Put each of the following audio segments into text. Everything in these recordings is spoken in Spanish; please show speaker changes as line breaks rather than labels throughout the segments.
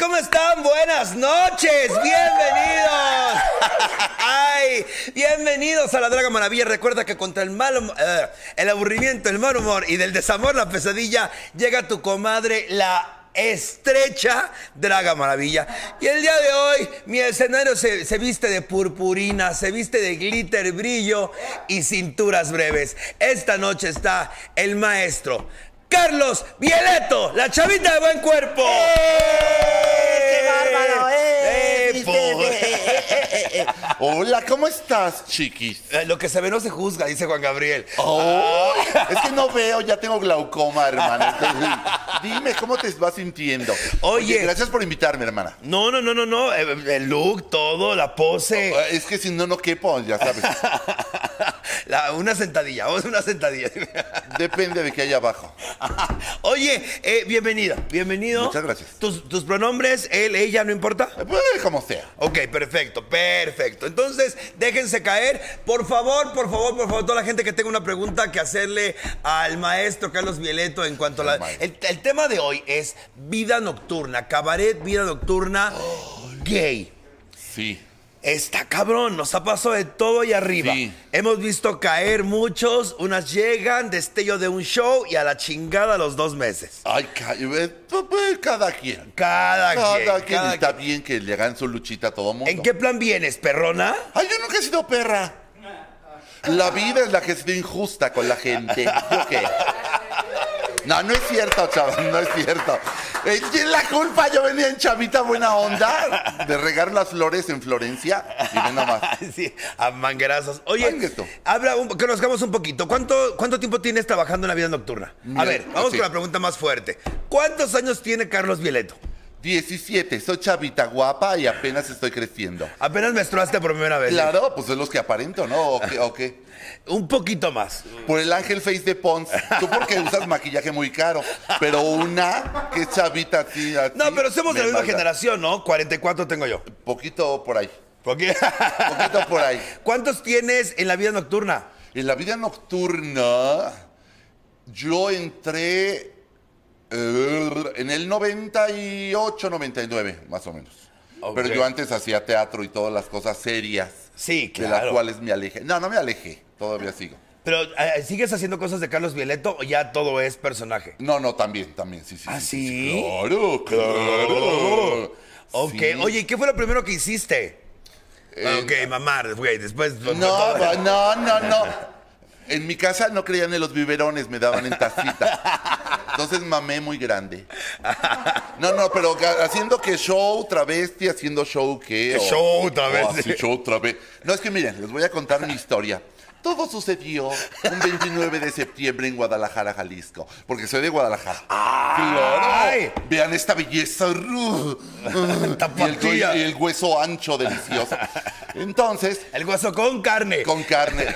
¿Cómo están? Buenas noches, bienvenidos. Ay, bienvenidos a la Draga Maravilla. Recuerda que contra el mal hum- eh, el aburrimiento, el mal humor y del desamor, la pesadilla, llega tu comadre, la estrecha Draga Maravilla. Y el día de hoy mi escenario se, se viste de purpurina, se viste de glitter, brillo y cinturas breves. Esta noche está el maestro Carlos Bieleto, la chavita de buen cuerpo.
¡Qué bárbaro! ¡Eh!
¡Eh,
¿Viste?
por!
Eh, eh, eh, eh. Hola, ¿cómo estás, chiquis?
Eh, Lo que se ve no se juzga, dice Juan Gabriel.
Oh, es que no veo, ya tengo glaucoma, hermana. Entonces, dime, ¿cómo te vas sintiendo?
Oye.
gracias por invitarme, hermana.
No, no, no, no, no. eh, El look, todo, la pose.
Eh, Es que si no, no quepo, ya sabes. eh.
La- una sentadilla, vamos a una sentadilla.
Depende de qué hay abajo.
Oye, eh, bienvenida, bienvenido.
Muchas gracias.
¿Tus, tus pronombres, él, ella, no importa?
Eh, Como sea.
Ok, perfecto, perfecto. Entonces, déjense caer. Por favor, por favor, por favor, toda la gente que tenga una pregunta que hacerle al maestro Carlos Violeto en cuanto a la...
Al maestro.
El, el tema de hoy es vida nocturna, cabaret, vida nocturna,
Oh.
gay.
Sí.
Está cabrón, nos ha pasado de todo y arriba.
Sí.
Hemos visto caer muchos, unas llegan, destello de un show y a la chingada los dos meses.
Ay, ca- eh, pues, pues, cada quien.
Cada,
Cada
quien.
quien,
cada
está
quien.
bien que le hagan su luchita a todo mundo.
¿En qué plan vienes, perrona?
Ay, yo nunca he sido perra. La vida es la que es injusta con la gente. ¿Yo qué? No, no es cierto, chaval, no es cierto. Eh, ¿Quién la culpa? Yo venía en chavita buena onda de regar las flores en Florencia. Y ven nomás.
sí, a manguerazos. Oye,
Ah. Ay, quieto.
habla un, conozcamos un poquito. ¿Cuánto, ¿Cuánto tiempo tienes trabajando en la vida nocturna? A
Mira,
ver, vamos
así.
con la pregunta más fuerte. ¿Cuántos años tiene Carlos Violeto?
17, soy chavita guapa y apenas estoy creciendo.
Apenas menstruaste por primera vez.
Claro, pues es los que aparento, ¿no? ¿O qué? o qué?
Un poquito más.
Por el ángel face de Pons. Tú porque usas maquillaje muy caro. Pero una que es chavita así, así,
No, pero somos de la
me
misma
manda.
generación, ¿no? 44 tengo yo.
Poquito por ahí.
¿Por qué?
Poquito por ahí.
¿Cuántos tienes en la vida nocturna?
En la vida nocturna, yo entré eh, en el 98, 99, más o menos.
Ok.
Pero yo antes hacía teatro y todas las cosas serias.
Sí,
De
claro.
las cuales me alejé. No, no me alejé. Todavía sigo.
Pero eh, ¿sigues haciendo cosas de Carlos Violeto o ya todo es personaje?
No, no, también, también, sí, sí.
¿Ah, sí?
Claro, claro.
Ok,
Sí.
oye, ¿y qué fue lo primero que hiciste?
Eh,
ok, mamar, güey, después...
No, va- no, no, no. En mi casa no creían en los biberones, me daban en tacita. Entonces mamé muy grande. No, no, pero ga- haciendo que show travesti, haciendo show que...
Que show travesti.
así, show travesti. No, es que miren, les voy a contar mi historia. Todo sucedió un 29 de septiembre en Guadalajara, Jalisco. Porque soy de Guadalajara.
¡Ay!
¡Claro! Vean esta belleza. ¡Ru! Y el, cu- y
Tapatía.
el hueso ancho delicioso. Entonces,
El guaso con carne.
con carne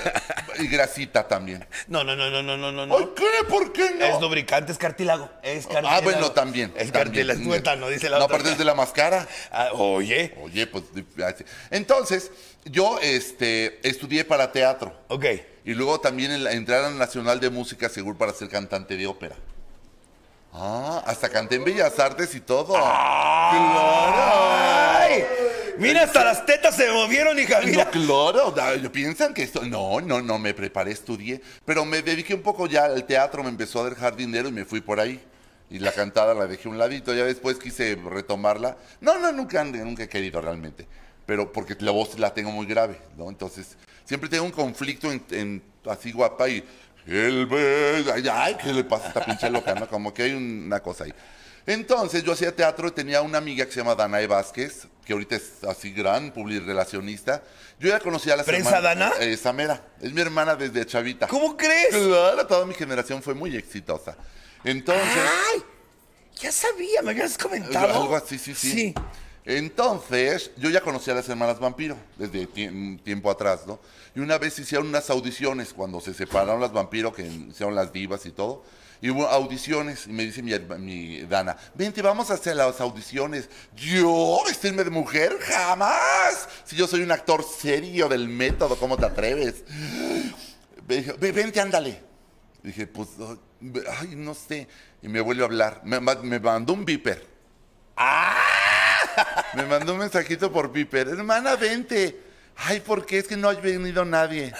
y grasita también.
No, no, no, no, no, no, no. no.
¿Por qué? ¿Por qué no?
Es lubricante, es cartílago. Es cartílago.
ah, bueno, también.
Es
también.
cartílago, es tuétano, dice la
No,
otra.
aparte es de la máscara.
Ah, oye,
Oye, pues... di- así. Entonces, yo este, estudié para teatro.
ok.
Y luego también en la- entré a la Nacional de Música Seguro para ser cantante de ópera. Ah, hasta canté en Bellas Artes y todo.
Ah, ¡Ay! Mira, hasta las tetas se movieron, hija. Mira.
Ah, No, claro, da- piensan que esto... No, no, no, me preparé, estudié, pero me dediqué un poco ya al teatro, me empezó a dejar dinero y me fui por ahí. Y la cantada la dejé a un ladito, ya después quise retomarla. No, no, nunca, nunca he querido realmente, pero porque la voz la tengo muy grave, ¿no? Entonces, siempre tengo un conflicto en, en- así guapa y... El be- ay, ay, ¿qué le pasa a esta pinche loca? ¿no? Como que hay una cosa ahí. Entonces yo hacía teatro y tenía una amiga que se llama Danae Vázquez, que ahorita es así gran publirrelacionista. Yo ya conocía a la
¿Prensa Dana?
Esa mera. Es mi hermana desde chavita.
¿Cómo crees?
Claro, toda mi generación fue muy exitosa. Entonces.
¡Ay! Ya sabía, me habías comentado.
Algo así, sí, sí. Entonces, yo ya conocía a las hermanas vampiro desde tie- tiempo atrás, ¿no? Y una vez hicieron unas audiciones cuando se separaron las vampiro, que hicieron las divas y todo. Y hubo audiciones, y me dice mi, herma- mi Dana, vente, vamos a hacer las audiciones. Yo, vestirme de mujer, jamás. Si yo soy un actor serio del método, ¿cómo te atreves? Me dijo, "Ve- vente, ándale. Dije, pues, ay, ay, no sé. Y me vuelve a hablar. Me, ma- me mandó un viper.
¡Ah!
Me mandó un mensajito por Piper. Hermana, vente. Ay, ¿por qué? Es que no ha venido nadie.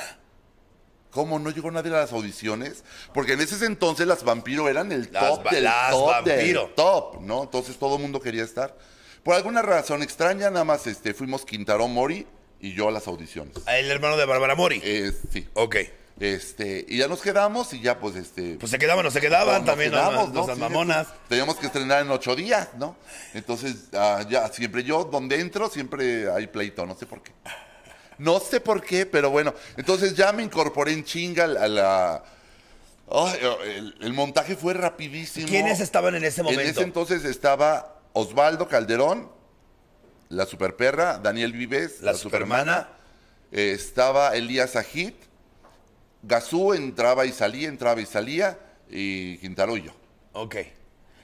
¿Cómo? ¿No llegó nadie a las audiciones? Porque en ese entonces las vampiro eran el
Las
top
va-
del
las
top
Vampiro.
del top, ¿no? Entonces todo el mundo quería estar. Por alguna razón extraña, nada más este, fuimos Quintaro Mori y yo a las audiciones.
El hermano de Bárbara Mori.
Eh, sí.
Ok.
Este, y ya nos quedamos y ya pues este...
Pues se quedaban o se quedaban
nos
también las-
quedamos,
las
¿no? Sí,
mamonas.
sí. Teníamos que estrenar en ocho días, ¿no? Entonces, ah, ya, siempre yo, donde entro, siempre hay pleito, no sé por qué. No sé por qué, pero bueno. Entonces ya me incorporé en chinga a la... a la- Ay, el, el montaje fue rapidísimo.
¿Quiénes estaban en ese
En
este momento?
ese entonces estaba Osvaldo Calderón, la superperra, Daniel Vives,
La
la,
supermana.
supermana. eh, estaba Elías Ajit, Gazú entraba y salía, entraba y salía, y Quintaro y yo.
ok.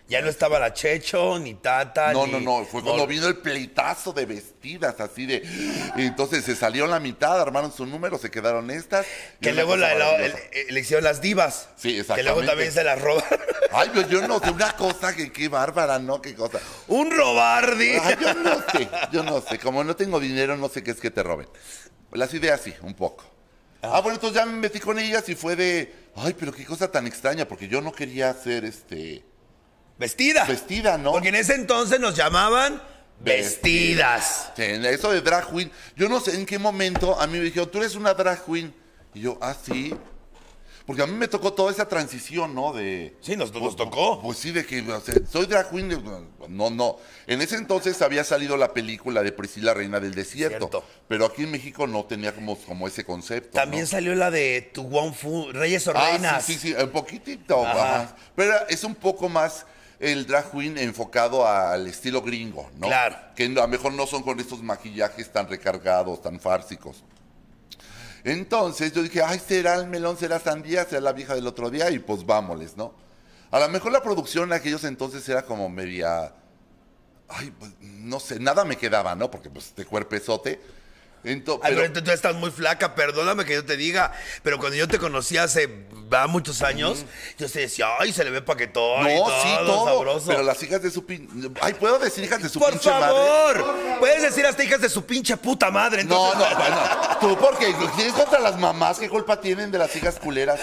Ya no estaba la Checho, ni Tata,
No,
ni-
no, no, fue cuando vino el pleitazo de vestidas, así de... y entonces se salió la mitad, armaron su número, se quedaron estas. y
Que
una
luego
cosa
la, la-
maravillosa.
el- eh, le hicieron las divas.
Sí,
Que luego
exactamente.
también se las robaron.
Ay, pero yo no sé, una cosa que qué bárbara, ¿no? Qué cosa.
¡Un robardi!
Ah, yo no sé, yo no sé. Como no tengo dinero, no sé qué es que te roben. Las ideas sí, un poco. Ah, bueno, entonces ya me metí con ellas y fue de, ay, pero qué cosa tan extraña, porque yo no quería ser este
Vestida.
vestida, ¿no?
Porque en ese entonces nos llamaban vestidas.
Sí, en Eso de drag queen, yo no sé en qué momento a mí me dijeron, tú eres una drag queen. Y yo, ah, sí. Porque a mí me tocó toda esa transición, ¿no? De,
Sí, nos, nos tocó.
Pues sí, de que o sea, soy drag queen. de- No, no. En ese entonces había salido la película de Priscila Reina del Desierto.
Cierto.
Pero aquí en México no tenía como, como ese concepto.
También
¿no?
salió la de Tu Wong Fu, Reyes o
Ah,
Reinas.
sí, sí, sí, un poquitito.
Ajá.
ajá. Pero es un poco más el drag queen enfocado al estilo gringo, ¿no?
Claro.
Que a lo mejor no son con estos maquillajes tan recargados, tan fársicos. Entonces yo dije, ay, será el melón, será sandía, será la vieja del otro día, y pues vámonos, ¿no? A lo mejor la producción en aquellos entonces era como media. Ay, pues no sé, nada me quedaba, ¿no? Porque pues este cuerpezote. Ento-
Ay,
pero-
pero tú, tú estás muy flaca, perdóname que yo te diga, pero cuando yo te conocí hace va, muchos años, yo te decía, ay, se le ve paquetón. y
No,
todo,
sí, todo.
sabroso".
Pero las hijas de su pin... Ay, ¿puedo decir hijas de su
Por
pinche
favor,
madre?
puedes decir hasta hijas de su pinche puta madre.
No,
Entonces,
no, bueno. Tú, porque tienes contra las mamás, ¿qué culpa tienen de las hijas culeras?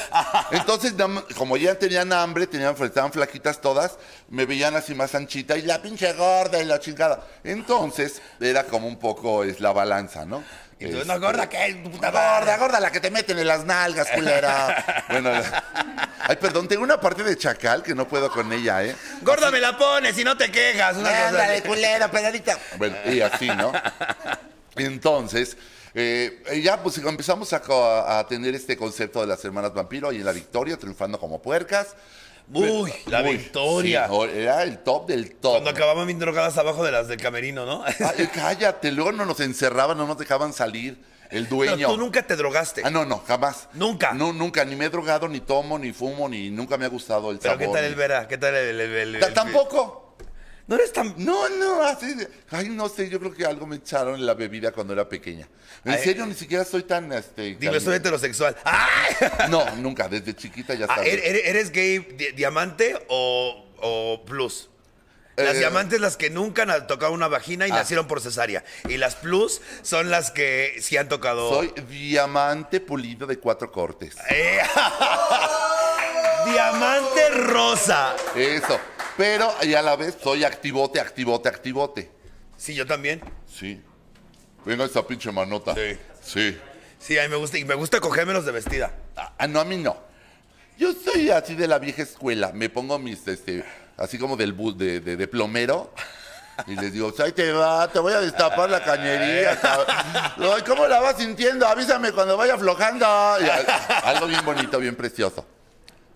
Entonces, nada más- como ya tenían hambre, tenían, estaban flaquitas todas, me veían así más anchita y la pinche gorda y la chingada. Entonces, era como un poco es la balanza, ¿no?
Y tú,
Este,
no, gorda, ¿qué? Puta
Gorda,
madre.
gorda, la que te meten en las nalgas, culera. Bueno, ay, perdón, tengo una parte de chacal que no puedo con ella, ¿eh?
Gorda me la pones y no te quejas. una cosa
Ándale, pues.
así.
culero, pegadita. Bueno, y así, ¿no? Entonces, eh, ya pues empezamos a, co- a tener este concepto de las hermanas vampiro y en la victoria, triunfando como puercas.
Uy, la
Uy,
victoria.
sí, o- era el top del top.
Cuando acababan bien drogadas abajo de las del camerino, ¿no?
Ay, cállate, luego no nos encerraban, no nos dejaban salir. El dueño.
Pero tú nunca te drogaste.
Ah, no, no, jamás.
Nunca.
No, nunca, ni me he drogado, ni tomo, ni fumo, ni nunca me ha gustado el
Pero
sabor.
¿qué tal
ni-
el Vera? ¿Qué tal el... el- el-
Ta-
el-
Tampoco.
No eres tan...
No, no, así. de- Ay, no sé, yo creo que algo me echaron en la bebida cuando era pequeña. En
Ay. eh,
serio, ni siquiera soy tan. Este,
Dime, soy
tan-
heterosexual. ¡Ay!
No, nunca, desde chiquita ya
Ah,
sabes.
¿er- er- ¿Eres gay di- diamante o, o plus? Las
Eh.
diamantes las que nunca han tocado una vagina y
Ah.
nacieron por cesárea. Y las plus son las que sí han tocado...
Soy diamante pulido de cuatro cortes.
Eh, Diamante rosa.
Eso. Pero y a la vez soy activote, activote, activote.
Sí, yo también.
Sí. Venga esa pinche manota.
Sí.
Sí.
Sí, a mí me gusta. Y me gusta cogérmelos de vestida.
Ah, no, a mí no. Yo soy así de la vieja escuela. Me pongo mis, este, así como del bus de, de- de plomero. Y les digo, "Pues, ahí te va, te voy a destapar la cañería. cabrón". Ay, ¿Cómo la vas sintiendo? Avísame cuando vaya aflojando. Y a- algo bien bonito, bien precioso.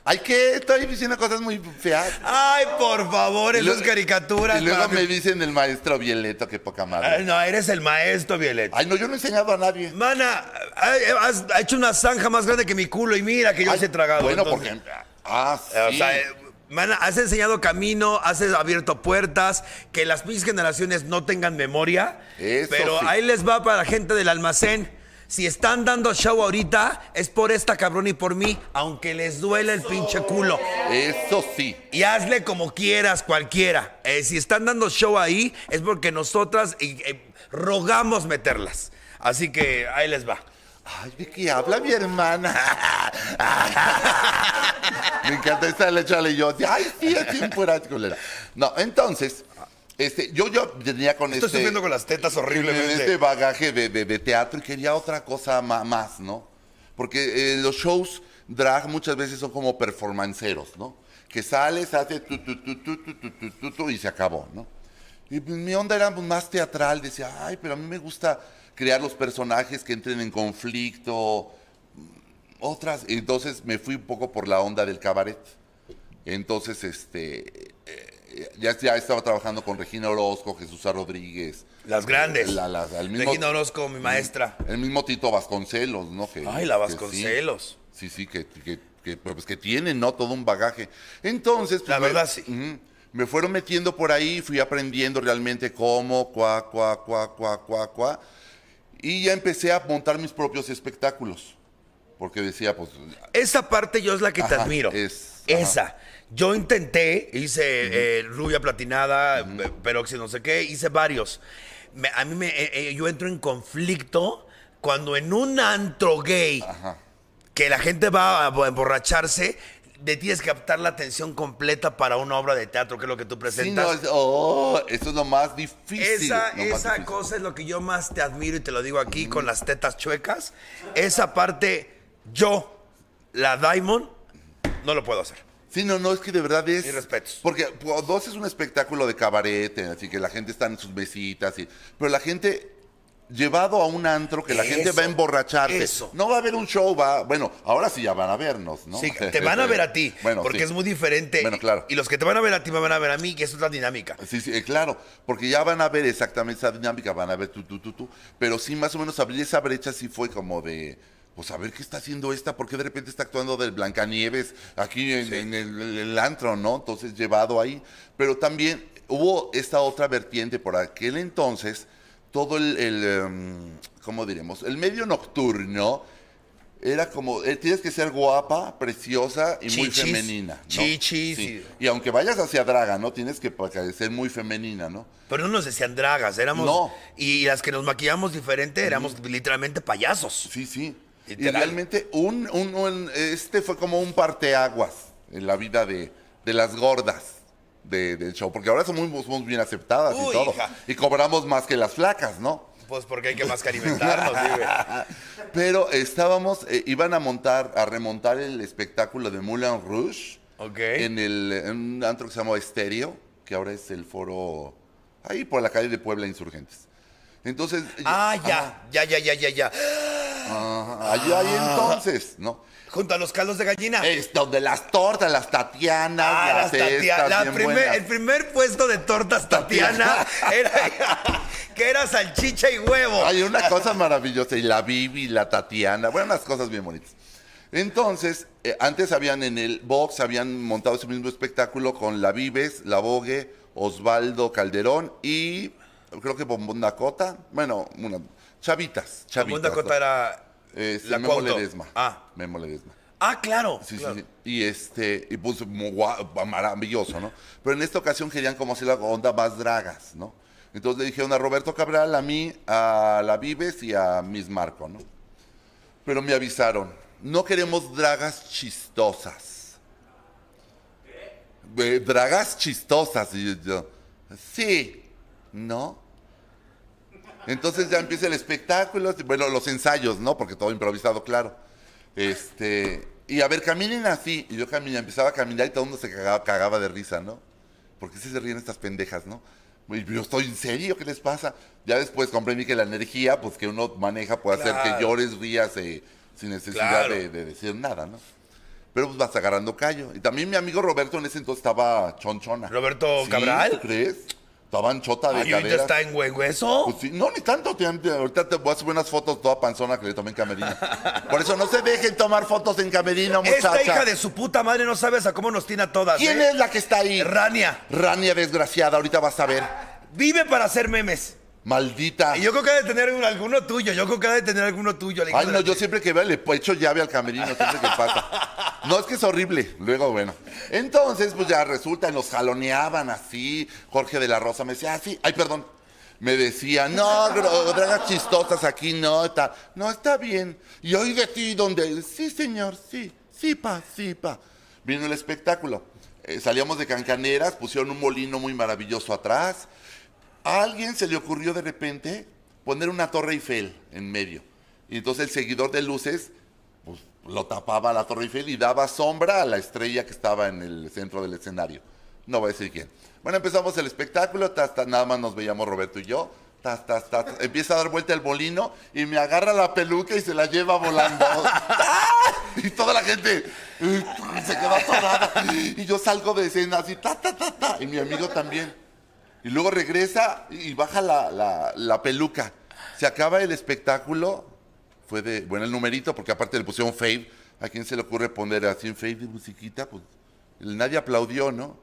Ay, que estoy diciendo cosas muy feas.
Ay, por favor,
Y
esas
luego-
caricaturas.
Y luego
papi.
me dicen el maestro Violeto, que poca
Ay,
madre.
no, eres el maestro, Violet.
Ay, no, yo no he enseñado a nadie.
Mana, ay, eh, has hecho una zanja más grande que mi culo y mira que yo
Ay,
os he tragado.
Bueno,
entonces.
porque. Ah, sí.
O sea, eh, mana, has enseñado camino, has abierto puertas, que las mis generaciones no tengan memoria.
Eso
pero
sí.
ahí les va para la gente del almacén. Si están dando show ahorita, es por esta cabrón y por mí, aunque les duele el pinche culo. eh.
Eso sí.
Y hazle como quieras, cualquiera. Eh, si están dando show ahí, es porque nosotras eh, eh, rogamos meterlas. Así que ahí les va.
Ay, ¿de qué habla mi hermana? Me encanta esa leche y yo. así, Ay, sí, así en fuera, culera. No, entonces, este, yo, yo venía con
Estoy
este,
sufriendo con las tetas
en
horriblemente.
este bagaje de, de- de teatro y quería otra cosa ma- más, ¿no? Porque eh, los shows drag muchas veces son como performanceros, ¿no? Que sales, haces tu, tu, tu, tu, tu, tu, tu, tu, tu, y se acabó, ¿no? Y pues, mi onda era pues, más teatral, decía, ay, pero a mí me gusta crear los personajes que entren en conflicto, otras. Entonces me fui un poco por la onda del cabaret. Entonces, este, eh, ya, ya estaba trabajando con Regina Orozco, Jesús A. Rodríguez.
Las grandes.
La- la- al mismo-
Regina Orozco, mi maestra.
El mismo Tito Vasconcelos, ¿no? Que,
Ay, la
que sí.
Vasconcelos.
Sí, sí, que, que, que, pues, que tienen, ¿no? Todo un bagaje. Entonces... pues,
La
me-
verdad, sí.
Ujú. Me fueron metiendo por ahí, fui aprendiendo realmente cómo, cuá, cuá, cuá, cuá, cuá, cuá. Y ya empecé a montar mis propios espectáculos. Porque decía, pues...
Esa parte yo es la que te
Ajá,
admiro.
es- ajá.
Esa. Yo intenté, hice eh, rubia platinada, eh, peróxido no sé qué, hice varios. Me- a mí me, eh, eh, yo entro en conflicto cuando en un antro gay
Ajá.
que la gente va a emborracharse, le tienes que captar la atención completa para una obra de teatro, que es lo que tú
Sí,
presentas.
no, es- oh, eso es lo más difícil.
Esa,
lo más
esa
difícil.
cosa es lo que yo más te admiro y te lo digo aquí con las tetas chuecas. Esa parte, yo, la Diamond, no lo puedo hacer.
Sí, no, no, es que de verdad es...
Mis respetos.
Porque pues, dos es un espectáculo de cabaret, eh, así que la gente está en sus mesitas, y, pero la gente llevado a un antro que la gente
Eso,
va a emborracharse.
eso.
No va a haber un show, va... Bueno, ahora sí ya van a vernos, ¿no?
Sí, te van a ver a ti,
Bueno,
porque
sí.
es muy diferente.
Bueno, claro.
Y los que te van a ver a ti me van a ver a mí, que eso es la dinámica.
Sí, sí, eh, claro, porque ya van a ver exactamente esa dinámica, van a ver tú, tú, tú, tú, pero sí, más o menos abrir esa brecha sí fue como de, pues a ver qué está haciendo esta, porque de repente está actuando del Blancanieves aquí en, en el, en el antro, ¿no? Entonces llevado ahí, pero también hubo esta otra vertiente por aquel entonces, todo el, el, em, ¿cómo diremos? El medio nocturno era como, eh, tienes que ser guapa, preciosa y muy
Chichis,
femenina. ¿no?
chichis y-
Y aunque vayas hacia draga, ¿no? Tienes que parecer muy femenina, ¿no?
Pero no nos decían dragas, éramos.
No.
Y las que nos maquillamos diferente éramos literalmente payasos.
Sí, sí. Y
Literal.
realmente un, un- un- este fue como un parteaguas en la vida de, de las gordas de- del show. Porque ahora somos, muy- somos bien aceptadas
Uy,
y todo.
hija.
Y cobramos más que las flacas, ¿no?
Pues porque hay que mascarimentarnos, sí, güey.
Pero estábamos, eh, iban a montar, a remontar el espectáculo de Moulin Rouge.
Ok.
En, el, en un antro que se llamaba Estéreo, que ahora es el foro ahí por la calle de Puebla Insurgentes. Entonces,
Ah, ya, ya, ya, ya, ya, ya.
ajá, ahí, ahí
Ah.
entonces, ¿no?
Junto a los caldos de gallina.
Es donde las tortas, las Tatianas,
Ah, las
las,
Tatia-
estas,
la
bien
primer-
buenas.
el primer puesto de tortas Tatiana era que era salchicha y huevo.
Hay una cosa maravillosa, y la Bibi, la Tatiana, bueno, unas cosas bien bonitas. Entonces, eh, antes habían en el box, habían montado ese mismo espectáculo con la Vives, la Vogue, Osvaldo Calderón y creo que Bombón Dakota, bueno, una, chavitas, chavitas.
La segunda cota era
Eh, sí,
la
Memo
Cuauhto.
Ledesma.
Ah,
Memo Ledesma.
ah, claro.
Sí, sí,
claro.
sí. Y este, y pues muy guau- maravilloso, ¿no? Pero en esta ocasión querían como hacer la onda más dragas, ¿no? Entonces le dijeron a Roberto Cabral, a mí, a la Vives y a Miss Marco, ¿no? Pero me avisaron, no queremos dragas chistosas. ¿Qué? dragas chistosas. Y yo, sí, ¿no? Entonces ya empieza el espectáculo, bueno, los ensayos, ¿no? Porque todo improvisado, claro. Este, y a ver, caminen así. Y yo caminaba, empezaba a caminar y todo el mundo se cagaba, cagaba de risa, ¿no? ¿Por qué se ríen estas pendejas, no? Y yo estoy en serio, ¿qué les pasa? Ya después comprendí que la energía, pues que uno maneja, puede hacer
Claro.
que llores, rías, eh, sin necesidad
Claro.
de- de decir nada, ¿no? Pero pues vas agarrando callo. Y también mi amigo Roberto en ese entonces estaba chonchona.
¿Roberto
Sí,
Cabral?
¿Tú crees? Estaba en chota de
Ay, Ah, ahorita
caderas.
está en hue- hueso.
Pues sí, no, ni tanto. te- te- Ahorita te voy a subir unas fotos toda panzona que le tomé en camerino. Por eso no se dejen tomar fotos en camerino, muchacha.
Esta hija de su puta madre no sabes a cómo nos tiene a todas.
¿Quién
¿eh?
es la que está ahí?
Rania.
Rania desgraciada, ahorita vas a ver.
Vive para hacer memes.
Maldita.
Y yo creo que ha de tener un- alguno tuyo. Yo creo que ha de tener alguno tuyo.
Ay,
Alejandro.
no, yo siempre que veo le echo llave al camerino, siempre que pasa. No, es que es horrible. Luego, bueno. Entonces, pues ya resulta, nos jaloneaban así. Jorge de la Rosa me decía, ah, sí, ay, perdón. Me decía, no, gro- dragas chistosas aquí, no, tal. No, está bien. Y hoy de ti, donde, sí, señor, sí, sí, pa, sí, pa. Vino el espectáculo. Eh, salíamos de Cancaneras, pusieron un molino muy maravilloso atrás. A alguien se le ocurrió de repente poner una torre Eiffel en medio. Y entonces el seguidor de luces pues, lo tapaba a la torre Eiffel y daba sombra a la estrella que estaba en el centro del escenario. No voy a decir quién. Bueno, empezamos el espectáculo, tas, tas, nada más nos veíamos Roberto y yo. Tas, tas, tas, tas. Empieza a dar vuelta el molino y me agarra la peluca y se la lleva volando. Y toda la gente eh, se quedó atorada. Y yo salgo de escena así, ta, ta, ta, ta. Y mi amigo también. Y luego regresa y baja la, la- la peluca. Se acaba el espectáculo. Fue de. Bueno, el numerito, porque aparte le pusieron fave. ¿A quién se le ocurre poner así en fave de musiquita? Pues nadie aplaudió, ¿no?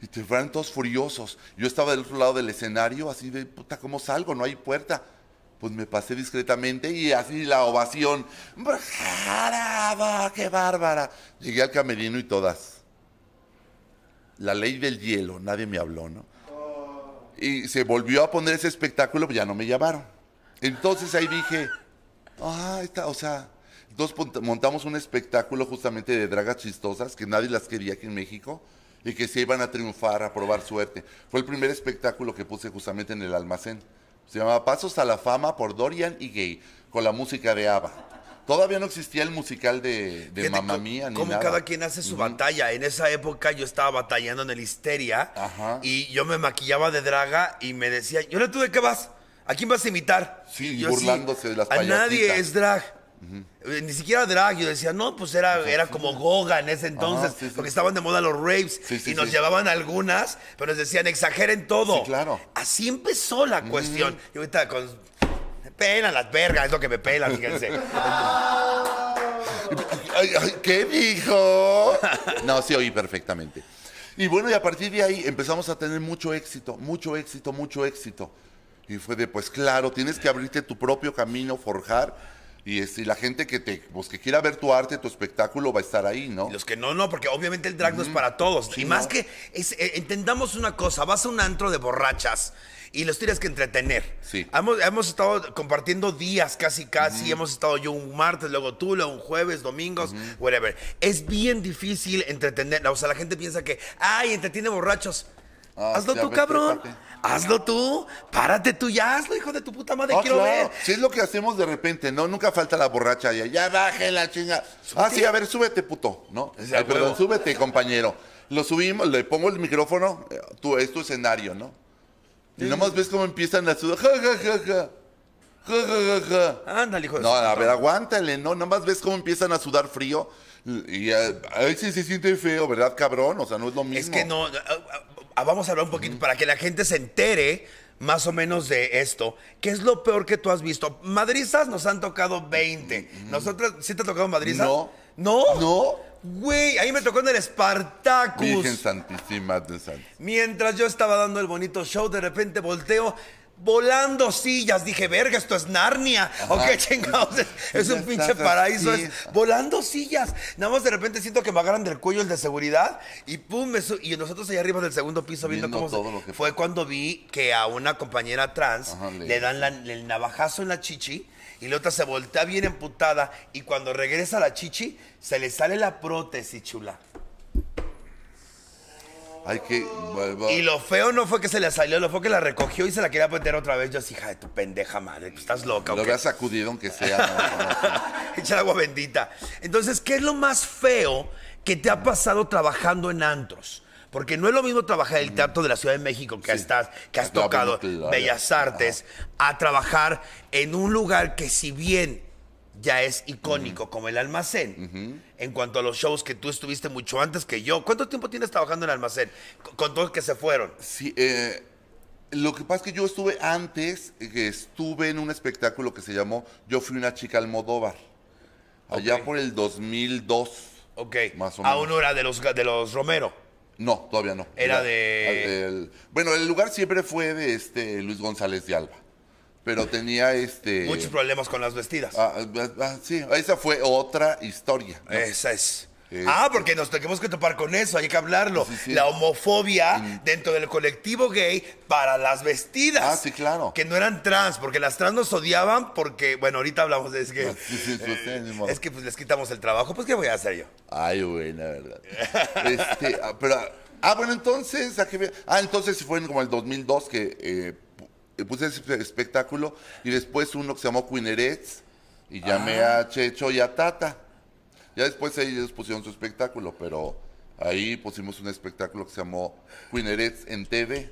Y te fueron todos furiosos. Yo estaba del otro lado del escenario, así de puta, ¿cómo salgo? No hay puerta. Pues me pasé discretamente y así la ovación. ¡Brava! ¡Qué bárbara! Llegué al camerino y todas. La ley del hielo, nadie me habló, ¿no? Y se volvió a poner ese espectáculo, pues ya no me llamaron. Entonces ahí dije, ah, está, o sea, entonces pont- montamos un espectáculo justamente de dragas chistosas que nadie las quería aquí en México y que se iban a triunfar, a probar suerte. Fue el primer espectáculo que puse justamente en el almacén. Se llamaba Pasos a la Fama por Dorian y Gay, con la música de ABBA. Todavía no existía el musical de, de
Fíjate
Mamma
co-
Mía ni
Como
nada.
cada quien hace su batalla. En esa época yo estaba batallando en el histeria
Ajá.
y yo me maquillaba de draga y me decía, ¿y ahora tú de qué vas? ¿A quién vas a imitar?
Sí,
Y
burlándose de las
A nadie
payasitas".
es drag. Eh, Ni siquiera drag, yo decía, no, pues era, era como Goga en ese entonces,
Ah, sí, sí,
porque
sí.
estaban de moda los raves
Sí, sí,
y nos
sí.
llevaban algunas, pero nos decían, exageren todo.
Sí, claro.
Así empezó la cuestión. Y ahorita con... me Pelan las vergas, es lo que me pelan, fíjense.
Ay, ay, ¿Qué dijo? No, sí oí perfectamente. Y bueno, y a partir de ahí empezamos a tener mucho éxito, mucho éxito, mucho éxito. Y fue de, pues claro, tienes que abrirte tu propio camino, forjar. Y, este, y la gente que te, pues, que quiera ver tu arte, tu espectáculo, va a estar ahí, ¿no?
Y Los que no, no, porque obviamente el drag no es para todos. y más
no.
que, es- eh, entendamos una cosa, vas a un antro de borrachas y los tienes que entretener.
Sí.
Hemos, hemos estado compartiendo días casi, casi. Hemos estado yo un martes, luego tú, luego un jueves, domingos, whatever. Es bien difícil entretener. O sea, la gente piensa que, ay, entretiene borrachos.
Ah,
hazlo
ya
tú,
ves,
cabrón.
prepárate.
Hazlo tú. Párate tú ya, hazlo, hijo de tu puta madre.
Ah,
quiero
claro.
ver.
Sí, es lo que hacemos de repente, ¿no? Nunca falta la borracha ya. Ya baje la chinga. Ah, sí, a ver, súbete, puto, ¿no?
Es de
Ay, perdón,
huevo.
súbete, compañero. Lo subimos, le pongo el micrófono, eh, tú, es tu escenario, ¿no? Y nomás ves cómo empiezan a sudar. Ja, ja, ja, ja. Ja, ja, ja, ja.
Ándale, hijo de
No,
su
a
puta
ver, aguántale, ¿no? Nomás ves cómo empiezan a sudar frío. Y eh, a veces se siente feo, ¿verdad, cabrón? O sea, no es lo mismo.
Es que no, ah, ah, ah, vamos a hablar un poquito para que la gente se entere más o menos de esto. ¿Qué es lo peor que tú has visto? Madrizas nos han tocado 20. ¿Nosotros sí te ha tocado madrizas?
No.
¿No?
No.
Güey, ahí me tocó en el Spartacus.
Virgen Santísima de San.
Mientras yo estaba dando el bonito show, de repente volteo. Volando sillas, dije, verga, esto es Narnia. ¿O qué chingados? Es, es un
Ya
pinche
estás
paraíso.
aquí.
es volando sillas. Nada más de repente siento que me agarran del cuello el de seguridad y pum, me su- Y nosotros allá arriba del segundo piso viendo,
Viendo
cómo se-
todo lo que
Fue cuando vi que a una compañera trans
Ajá,
le,
le-
dan la- el navajazo en la chichi y la otra se voltea bien emputada y cuando regresa la chichi se le sale la prótesis, chula.
Ay, que.
Y lo feo no fue que se la salió, lo fue que la recogió y se la quería meter otra vez. Yo así, hija de tu pendeja madre, pues, estás loca. ¿o
Lo
qué?"
había sacudido aunque sea. ¿no? Como-
Echa agua bendita. Entonces, ¿qué es lo más feo que te ha pasado trabajando en antros? Porque no es lo mismo trabajar en el Teatro de la Ciudad de México que, estás, que has
La
tocado
Beatles,
Bellas
pues, ajá.
Artes a trabajar en un lugar que si bien ya es icónico como el almacén, en cuanto a los shows que tú estuviste mucho antes que yo, ¿cuánto tiempo tienes trabajando en el almacén? Con- Con todos que se fueron.
Sí, eh, lo que pasa es que yo estuve antes, eh, que estuve en un espectáculo que se llamó Yo fui una chica Almodóvar, allá
Ok.
por el 2002.
Ok.
Más o
Aún
menos.
no era de los, de los Romero.
No, todavía no.
Era de-
al- del- bueno, el lugar siempre fue de este Luis González de Alba. pero tenía este...
Muchos problemas con las vestidas.
Ah, ah, ah, sí, esa fue otra historia. ¿no?
Esa es.
Sí.
Ah, porque nos tenemos que topar con eso, hay que hablarlo.
Sí, sí.
La homofobia dentro del colectivo gay para las vestidas.
Ah, sí, claro.
Que no eran trans, porque las trans nos odiaban porque, bueno, ahorita hablamos de es que,
Sí, sí, sí, sí, ni modo.
es que pues, les quitamos el trabajo. Pues, ¿qué voy a hacer yo?
Ay, güey, la verdad. Este, ah, pero, ah, bueno, entonces, ¿a qué ve- Ah, entonces fue en como el 2002 que eh, pu- puse ese espectáculo y después uno que se llamó Quinerets y llamé a Checho y a Tata. Ya después ellos pusieron su espectáculo, pero ahí pusimos un espectáculo que se llamó Quinerets en TV.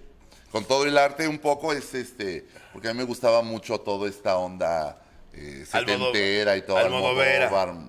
Con todo el arte un poco es este, porque a mí me gustaba mucho toda esta onda eh,
Almodó-
setentera y todo.
Almodovera.
Almodóvar,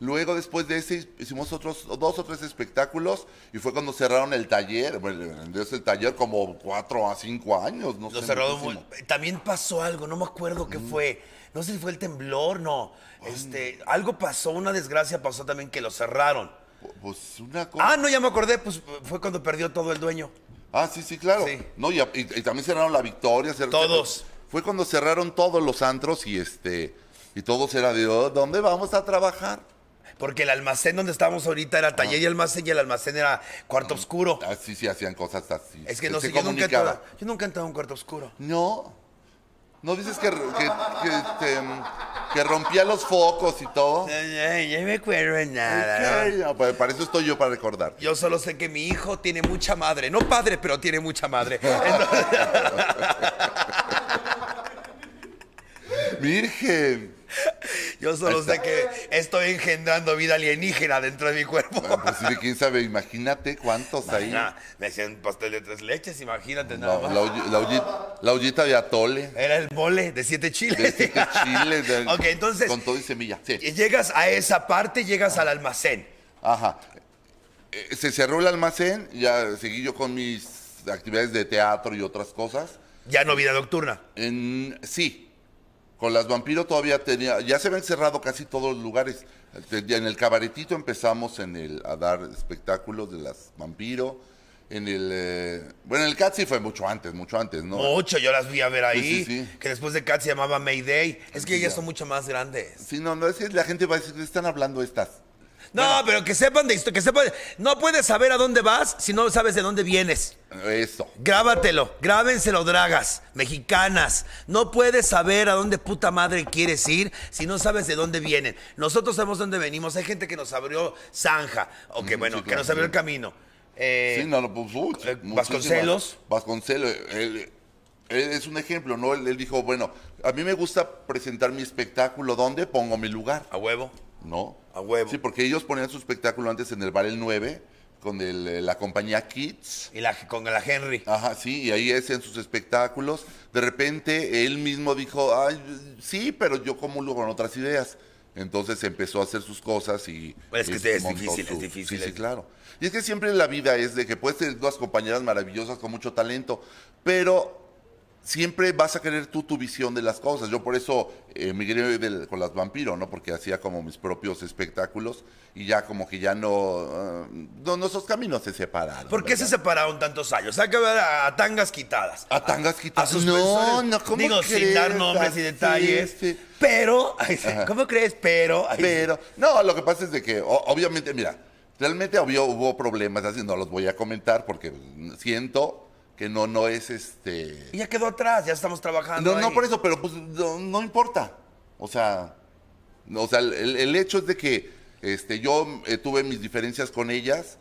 Luego, después de ese, hicimos otros dos o tres espectáculos y fue cuando cerraron el taller. Bueno, entonces el taller como cuatro a cinco años, no
Lo
sé,
cerraron
muchísimo. Mm.
muy- También pasó algo, no me acuerdo qué fue. No sé si fue el temblor, no. Este, algo pasó, una desgracia pasó también que lo cerraron.
Pu- Pues una cosa.
Ah, no, ya me acordé, pues fue cuando perdió todo el dueño.
Ah, sí, sí, claro.
Sí.
No, y, a- y- y también cerraron la Victoria. cerraron-
Todos.
Fue cuando cerraron todos los antros y este y todos era de "Oh, ¿dónde vamos a trabajar?
Porque el almacén donde estábamos ahorita era taller y almacén y el almacén era cuarto oscuro.
Así Ah, sí hacían cosas así.
Es que no
se
sé, yo nunca, he
comunicaba.
entrado, yo nunca he entrado a un cuarto oscuro.
No. No dices que, que, que, este, que rompía los focos y todo.
Ay, ya me acuerdo de
Ok, no, pues, para eso estoy yo para recordar.
Yo solo sé que mi hijo tiene mucha madre. No padre, pero tiene mucha madre. Entonces-
Virgen.
yo solo sé que estoy engendrando vida alienígena dentro de mi cuerpo.
Ah, Pues sí, de quién sabe, imagínate cuántos ahí.
Nah, me hacían pastel de tres leches, imagínate nada
No,
más.
la, olli- la olli- la ollita de atole,
Era el mole de siete chiles.
de este siete chiles. de-
ok, entonces,
Con todo y semilla. Sí.
y llegas a esa parte, llegas al almacén.
Ajá. Eh, se cerró el almacén, ya seguí yo con mis actividades de teatro y otras cosas.
Ya no vida nocturna.
En, sí, con las vampiro todavía tenía, ya se habían cerrado casi todos los lugares. Te- En el cabaretito empezamos en el, a dar espectáculos de las vampiro. En el, eh, bueno, en el Catsi fue mucho antes, mucho antes, ¿no?
Mucho, yo las fui a ver ahí.
Sí, sí, sí.
Que después de Cat se llamaba Mayday. Es que
Sí,
ellas
ya.
son mucho más grandes.
Sí, no, no, es que la gente va a decir, "¿De qué están hablando estas?
No, pero que sepan de esto, que sepan. No puedes saber a dónde vas si no sabes de dónde vienes.
Eso.
Grábatelo, grábenselo, dragas, mexicanas. No puedes saber a dónde puta madre quieres ir si no sabes de dónde vienen. Nosotros sabemos dónde venimos. Hay gente que nos abrió zanja, o que
Mm,
bueno,
sí,
que
claro.
nos abrió el camino. Eh,
Sí, no, no, pues, uy,
eh,
muchísimas.
Vasconcelos.
Vasconcelos, él, él es un ejemplo, ¿no? Él, él dijo, bueno, a mí me gusta presentar mi espectáculo, ¿dónde pongo mi lugar?
A huevo.
¿No?
A huevo.
Sí, porque ellos ponían su espectáculo antes en el Bar El 9 con el, eh, la compañía Kids.
Y la, con la Henry.
Ajá, sí, y ahí es en sus espectáculos. De repente él mismo dijo, ay, sí, pero yo comulgo con otras ideas. Entonces empezó a hacer sus cosas y...
Pues es que
y
sí, es
montó
difícil, es
su-
difícil,
Sí, sí,
es-
claro. Y es que siempre la vida es de que puedes tener dos compañeras maravillosas con mucho talento, pero siempre vas a querer tú tu visión de las cosas. Yo por eso eh, migré del- con las vampiros, ¿no? Porque hacía como mis propios espectáculos y ya como que ya no... eh, no nuestros caminos se separaron.
¿Por qué se
¿verdad?
separaron tantos años? Hay que ver a, a tangas quitadas.
A tangas
A
quitadas.
sus
No,
personas.
no, ¿cómo
Digo, sin
crees?
dar nombres
Así,
y detalles.
sí.
Pero, ay, sí, ¿cómo crees? Pero, ay, sí.
Pero, no, lo que pasa es de que, o- obviamente, mira, realmente obvio, hubo problemas, así no los voy a comentar porque siento que no, no es este...
Y ya quedó atrás, ya estamos trabajando.
No, no
ahí.
por eso, pero pues no, no importa. O sea, no, o sea el, el hecho es de que este, yo eh, tuve mis diferencias con ellas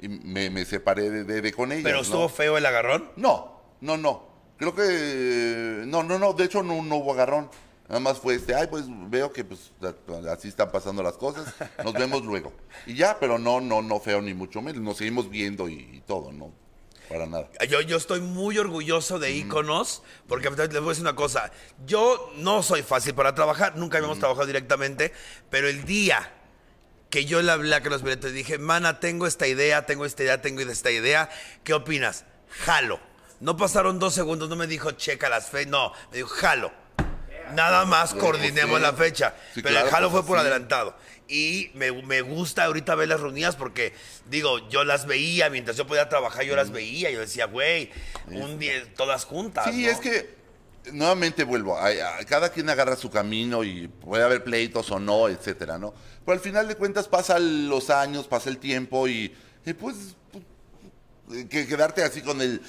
y me, me separé de, de- de con ellas.
Pero
¿no?
estuvo feo el agarrón.
No, no, no. Creo que. No, no, no. De hecho, no, no hubo agarrón. Nada más fue este. Ay, pues veo que pues, a- así están pasando las cosas. Nos vemos luego. Y ya, pero no, no, no feo ni mucho menos. Nos seguimos viendo y, y todo, ¿no? Para nada.
Yo, yo estoy muy orgulloso de Iconos, porque les voy a decir una cosa. Yo no soy fácil para trabajar, nunca habíamos trabajado directamente, pero el día que yo le hablé a Carlos Benito y dije, mana, tengo esta idea, tengo esta idea, tengo esta idea, ¿qué opinas? Jalo. No pasaron dos segundos, no me dijo, checa las fechas, no, me dijo, jalo. Nada más
Bueno,
coordinemos
sí.
la fecha.
Sí,
pero el
claro,
jalo
pues
fue por
así.
adelantado. Y me, me gusta ahorita ver las reunidas porque, digo, yo las veía, mientras yo podía trabajar, yo las veía. Yo decía, güey, un día, todas juntas.
Sí,
Ah, ¿no?
es que nuevamente vuelvo, a- a- cada quien agarra su camino y puede haber pleitos o no, etcétera, ¿no? Pero al final de cuentas pasan los años, pasa el tiempo y, y pues pu- que quedarte así con el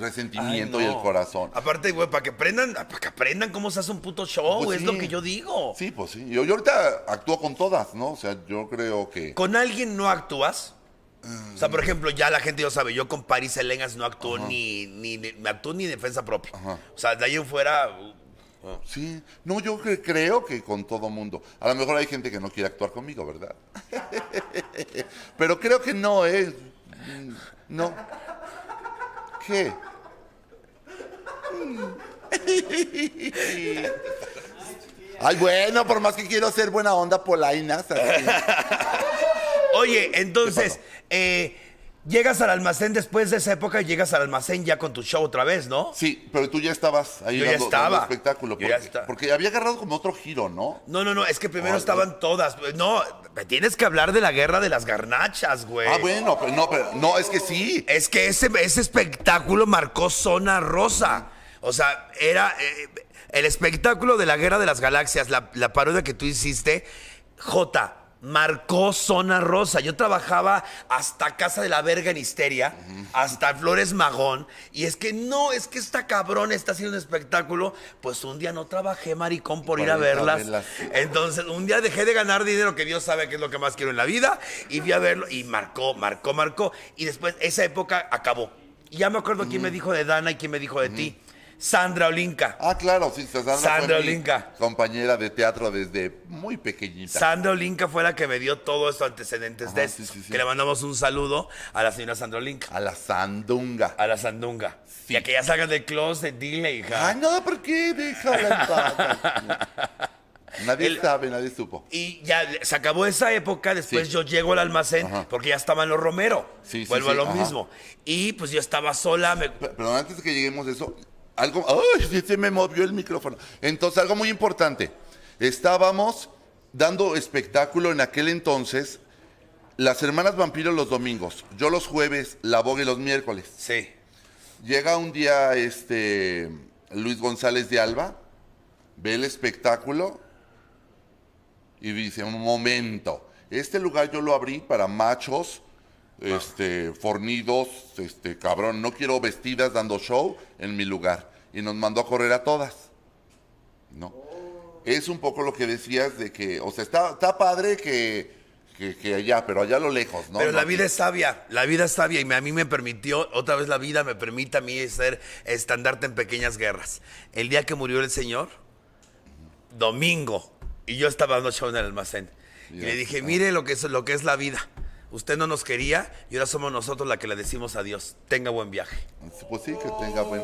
resentimiento
Ay,
y
no.
el corazón.
Aparte, güey, para que aprendan, para que aprendan cómo se hace un puto show,
Pues
es
sí.
lo que yo digo.
Sí, pues sí. Yo, yo ahorita actúo con todas, ¿no? O sea, yo creo que...
¿Con alguien no actúas? O sea, por
Mm.
ejemplo, ya la gente ya sabe, yo con Paris Elegas no actúo ni, ni, ni- me actúo ni defensa propia. O sea, de ahí en fuera,
Sí, no, yo cre- creo que con todo mundo. A lo mejor hay gente que no quiere actuar conmigo, ¿verdad? Pero creo que no, ¿eh? Mm, No. ¿Qué? Mm. Ay, bueno, por más que quiero ser buena onda, polainas. así.
Oye, entonces, eh, llegas al almacén después de esa época, llegas al almacén ya con tu show otra vez, ¿no?
Sí, pero tú ya estabas ahí
Yo ya
dando, dando
estaba.
espectáculo.
Yo
Porque,
ya estaba.
porque había agarrado como otro giro, ¿no?
No, no, no, es que primero
Ay,
estaban todas. No, me tienes que hablar de la guerra de las garnachas, güey.
Ah, bueno, pero no, pero no, es que sí.
Es que ese, ese espectáculo marcó zona rosa. O sea, era eh, el espectáculo de la Guerra de las Galaxias, la, la parodia que tú hiciste, J. Marcó zona rosa. Yo trabajaba hasta Casa de la Verga en Histeria, hasta Flores Magón. Y es que no, es que esta cabrona está haciendo un espectáculo. Pues un día no trabajé, maricón, por
Por
ir a
ir a
verlas.
verlas.
Entonces, un día dejé de ganar dinero, que Dios sabe que es lo que más quiero en la vida, y fui a verlo, y marcó, marcó, marcó. Y después, esa época acabó. Y ya me acuerdo quién me dijo de Dana y quién me dijo de ti. Sandra Olinka.
Mm. Ah, claro, sí, Sandra,
Sandra
fue mi
Olinka.
compañera de teatro desde muy pequeñita.
Sandra Olinka fue la que me dio todos estos antecedentes
Ajá,
de
sí,
esto.
sí, sí.
Que le mandamos un saludo a la señora Sandra Olinka,
a la Sandunga.
a la Sandunga.
Sí.
Ya que ya salgan del closet, dile, hija.
Ah, no, ¿por qué? Déjala en paz. Nadie
El-
sabe, nadie supo.
Y ya le- se acabó esa época, después
Sí.
yo llego al almacén
Ajá.
porque ya estaban los Romero.
Sí, sí,
Vuelvo
sí,
a lo
ajá.
mismo. Y pues yo estaba sola, me,
Pe- Perdón, antes de que lleguemos a eso, algo. ¡Ay! sí, Se me movió el micrófono. Entonces, algo muy importante. Estábamos dando espectáculo en aquel entonces. Las hermanas vampiros los domingos, yo los jueves, la boga y los miércoles.
Sí.
Llega un día este Luis González de Alba, ve el espectáculo y dice, un momento, este lugar yo lo abrí para machos, este, fornidos, este, cabrón, no quiero vestidas dando show en mi lugar. Y nos mandó a correr a todas. ¿No?
Oh.
Es un poco lo que decías de que, o sea, está, está padre que, que, que allá, pero allá a lo lejos, ¿no?
Pero
No
la
aquí.
vida es sabia, la vida es sabia y me- a mí me permitió, otra vez la vida me permite a mí ser estandarte en pequeñas guerras. El día que murió el señor, domingo, y yo estaba dando show en el almacén. Y
Ya
le dije,
está.
mire lo que, es, lo que es la vida. Usted no nos quería y ahora somos nosotros la que le decimos adiós. Tenga buen viaje.
Pues sí, que tenga buen...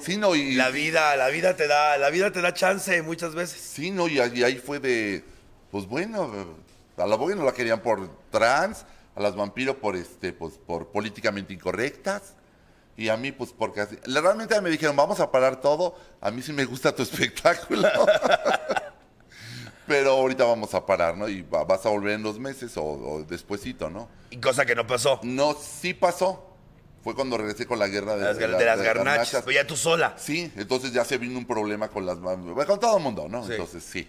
Sí, no, y...
Oh. La vida, la vida te da, la vida te da chance muchas veces.
Sí, no, y ahí, ahí fue de, pues bueno, a la Bowie no la querían por trans, a las vampiros por este, pues por políticamente incorrectas, y a mí pues porque así. la- Realmente me dijeron, vamos a parar todo, a mí sí me gusta tu espectáculo. Pero ahorita vamos a parar, ¿no? Y va- vas a volver en dos meses o, o despuesito, ¿no?
Y cosa que no pasó.
No, sí pasó. Fue cuando regresé con la guerra de,
Las,
de
gar-
la-
de las
de
garnachas, pero ya tú sola.
Sí, entonces ya se vino un problema con las... mam- bueno, Con todo el mundo, ¿no?
Sí.
Entonces sí.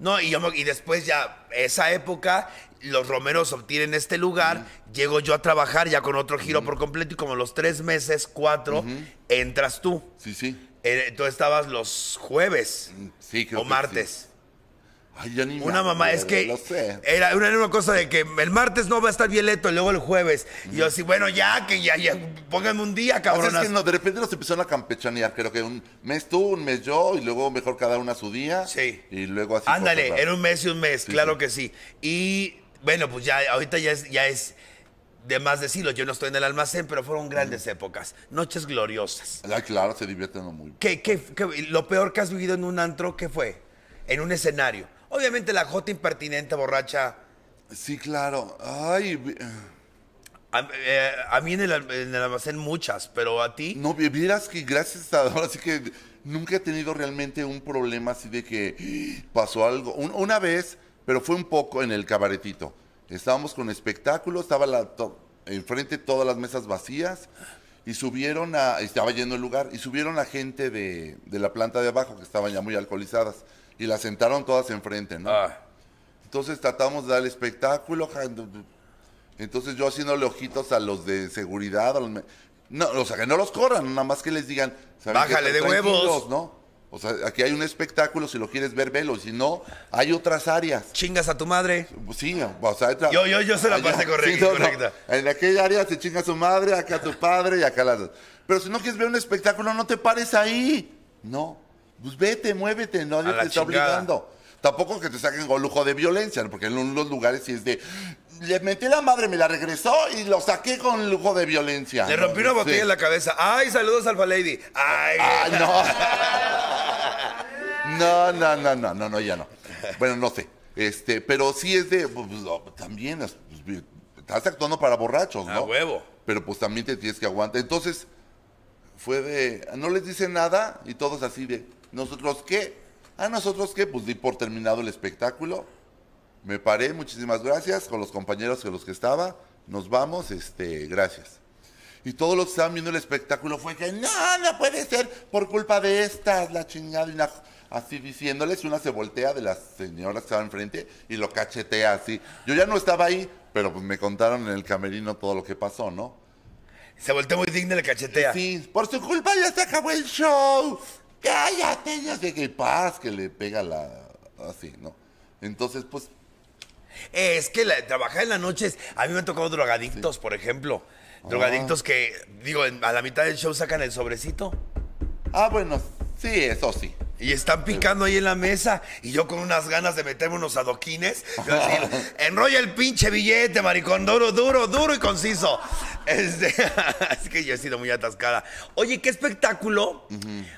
No, y, yo me- y después ya, esa época, los romeros obtienen este lugar, llego yo a trabajar ya con otro giro por completo y como los tres meses, cuatro, entras tú.
Sí, sí. Mm,
Eh, tú estabas los jueves
Sí, creo
o
que sí.
martes.
Ay, ya ni me
Una mamá, es
acuerdo,
que
Lo sé.
era una, era una cosa de que el martes no va a estar Violeto y luego el jueves. Y yo así, bueno, ya, que ya, ya, pónganme un día,
Así es
cabronas.
que no, de repente nos empezaron a campechanear. Creo que un mes tú, un mes yo, y luego mejor cada una su día.
Sí.
Y luego así.
Ándale,
por-
en un mes y un mes, claro que sí. Y bueno, pues ya ahorita ya es, ya es de más decirlo, yo no estoy en el almacén, pero fueron grandes épocas, noches gloriosas.
Ay, claro, se divierten muy.
¿Qué, qué- qué- lo peor que has vivido en un antro, qué fue? En un escenario. Obviamente la jota impertinente, borracha.
Sí, claro. Ay, vi-
A, eh, a mí en el, al- en el almacén muchas, pero a ti...
no, vi- vieras que gracias a ahora sí que nunca he tenido realmente un problema así de que pasó algo. Un- una vez, pero fue un poco en el cabaretito. Estábamos con espectáculo, estaba la, to- enfrente todas las mesas vacías. y subieron a, estaba yendo el lugar, y subieron a gente de, de la planta de abajo que estaban ya muy alcoholizadas y las sentaron todas enfrente, ¿no?
Ah.
Entonces tratamos de dar el espectáculo. ja, Entonces yo haciéndole ojitos a los de seguridad, a los me- no, o sea, que no los corran, nada más que les digan, "Saben qué?
Bájale de
Están tranquilos",
huevos.
¿no? O sea, aquí hay un espectáculo, si lo quieres ver, velo, y si no, hay otras áreas.
Chingas a tu madre.
Pues Sí, o sea, tra-
Yo- yo- yo sé la
Allá-
parte correcta, correcta.
En aquella área se chinga su madre, acá tu padre y acá las dos. Pero si no quieres ver un espectáculo, no te pares ahí. No. Pues vete, muévete, nadie
A la
te está
chingada.
obligando. Tampoco que te saquen con lujo de violencia, ¿no? porque en unos lugares sí es de. Le metí la madre, me la regresó y lo saqué con lujo de violencia.
Le
Ah, ¿no?
rompí una botella
Sí.
en la cabeza. Ay, saludos Alfa Lady. Ay.
Ah, no. No, no, no, no, no, no, ya no. Bueno, no sé. Este, pero sí es de. pues, pues, oh, también es- pues, bien, estás actuando para borrachos, ¿no?
A Ah, huevo.
Pero pues también te tienes que aguantar. Entonces, fue de. No les dice nada y todos así de. ¿Nosotros qué? ¿A nosotros qué? Pues di por terminado el espectáculo. Me paré, muchísimas gracias, con los compañeros con los que estaba. Nos vamos, este, gracias. Y todos los que estaban viendo el espectáculo fue que no, no puede ser por culpa de estas, la chingada. y una- así diciéndoles, una se voltea de las señoras que estaban enfrente y lo cachetea así. Yo ya no estaba ahí, pero pues me contaron en el camerino todo lo que pasó, ¿no?
Se volteó muy digna y le cachetea.
Sí, por su culpa ya se acabó el show. Cállate, ya sé que paz, que le pega la. así, ¿no? Entonces, pues
Es que la- trabajar en la noche es. A mí me han tocado drogadictos, por ejemplo.
Ah.
Drogadictos que, digo, en- a la mitad del show sacan el sobrecito
Ah, bueno, sí, eso sí.
y están picando ahí en la mesa. Y yo con unas ganas de meterme unos adoquines. yo así, Enrolla el pinche billete, maricón. Duro, duro, duro y conciso. Este, es que yo he sido muy atascada. Oye, ¿qué espectáculo?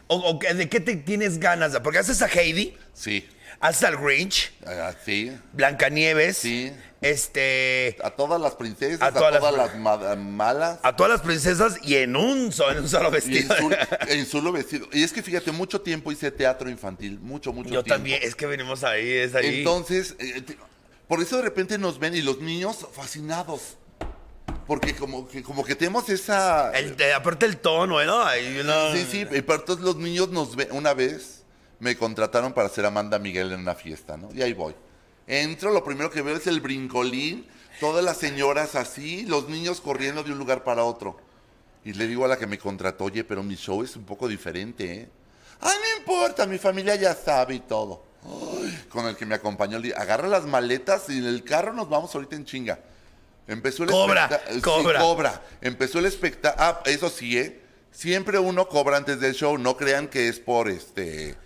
o, o qué- ¿De qué te tienes ganas? Porque haces a Heidi,
Sí.
haces al Grinch,
Ah, sí.
Blancanieves.
Sí.
Este.
A todas las princesas,
A
a,
todas
todas,
las-
las, ma- malas.
a todas las princesas y en un solo, en un solo
Y en,
vestido.
su, en solo vestido. Y es que fíjate, mucho tiempo hice teatro infantil. Mucho, mucho
Yo
tiempo.
también, es que venimos ahí, es ahí.
Entonces, eh, te- por eso de repente nos ven y los niños fascinados. Porque como que, como que tenemos esa.
El- eh, aparte el tono, ¿eh? ¿no? Ahí uno-
Sí, sí, y pero entonces los niños nos ven. Una vez me contrataron para ser Amanda Miguel en una fiesta, ¿no? Y ahí voy. Entro, lo primero que veo es el brincolín, todas las señoras así, los niños corriendo de un lugar para otro. Y le digo a la que me contrató, oye, pero mi show es un poco diferente, ¿eh? Ah, no importa, mi familia ya sabe y todo. Ay, con el que me acompañó, le dije, agarra las maletas y en el carro nos vamos ahorita en chinga. Empezó el
Cobra,
espectá- sí,
cobra.
cobra. Empezó el espectáculo. Ah, eso sí, ¿eh? Siempre uno cobra antes del show. No crean que es por este.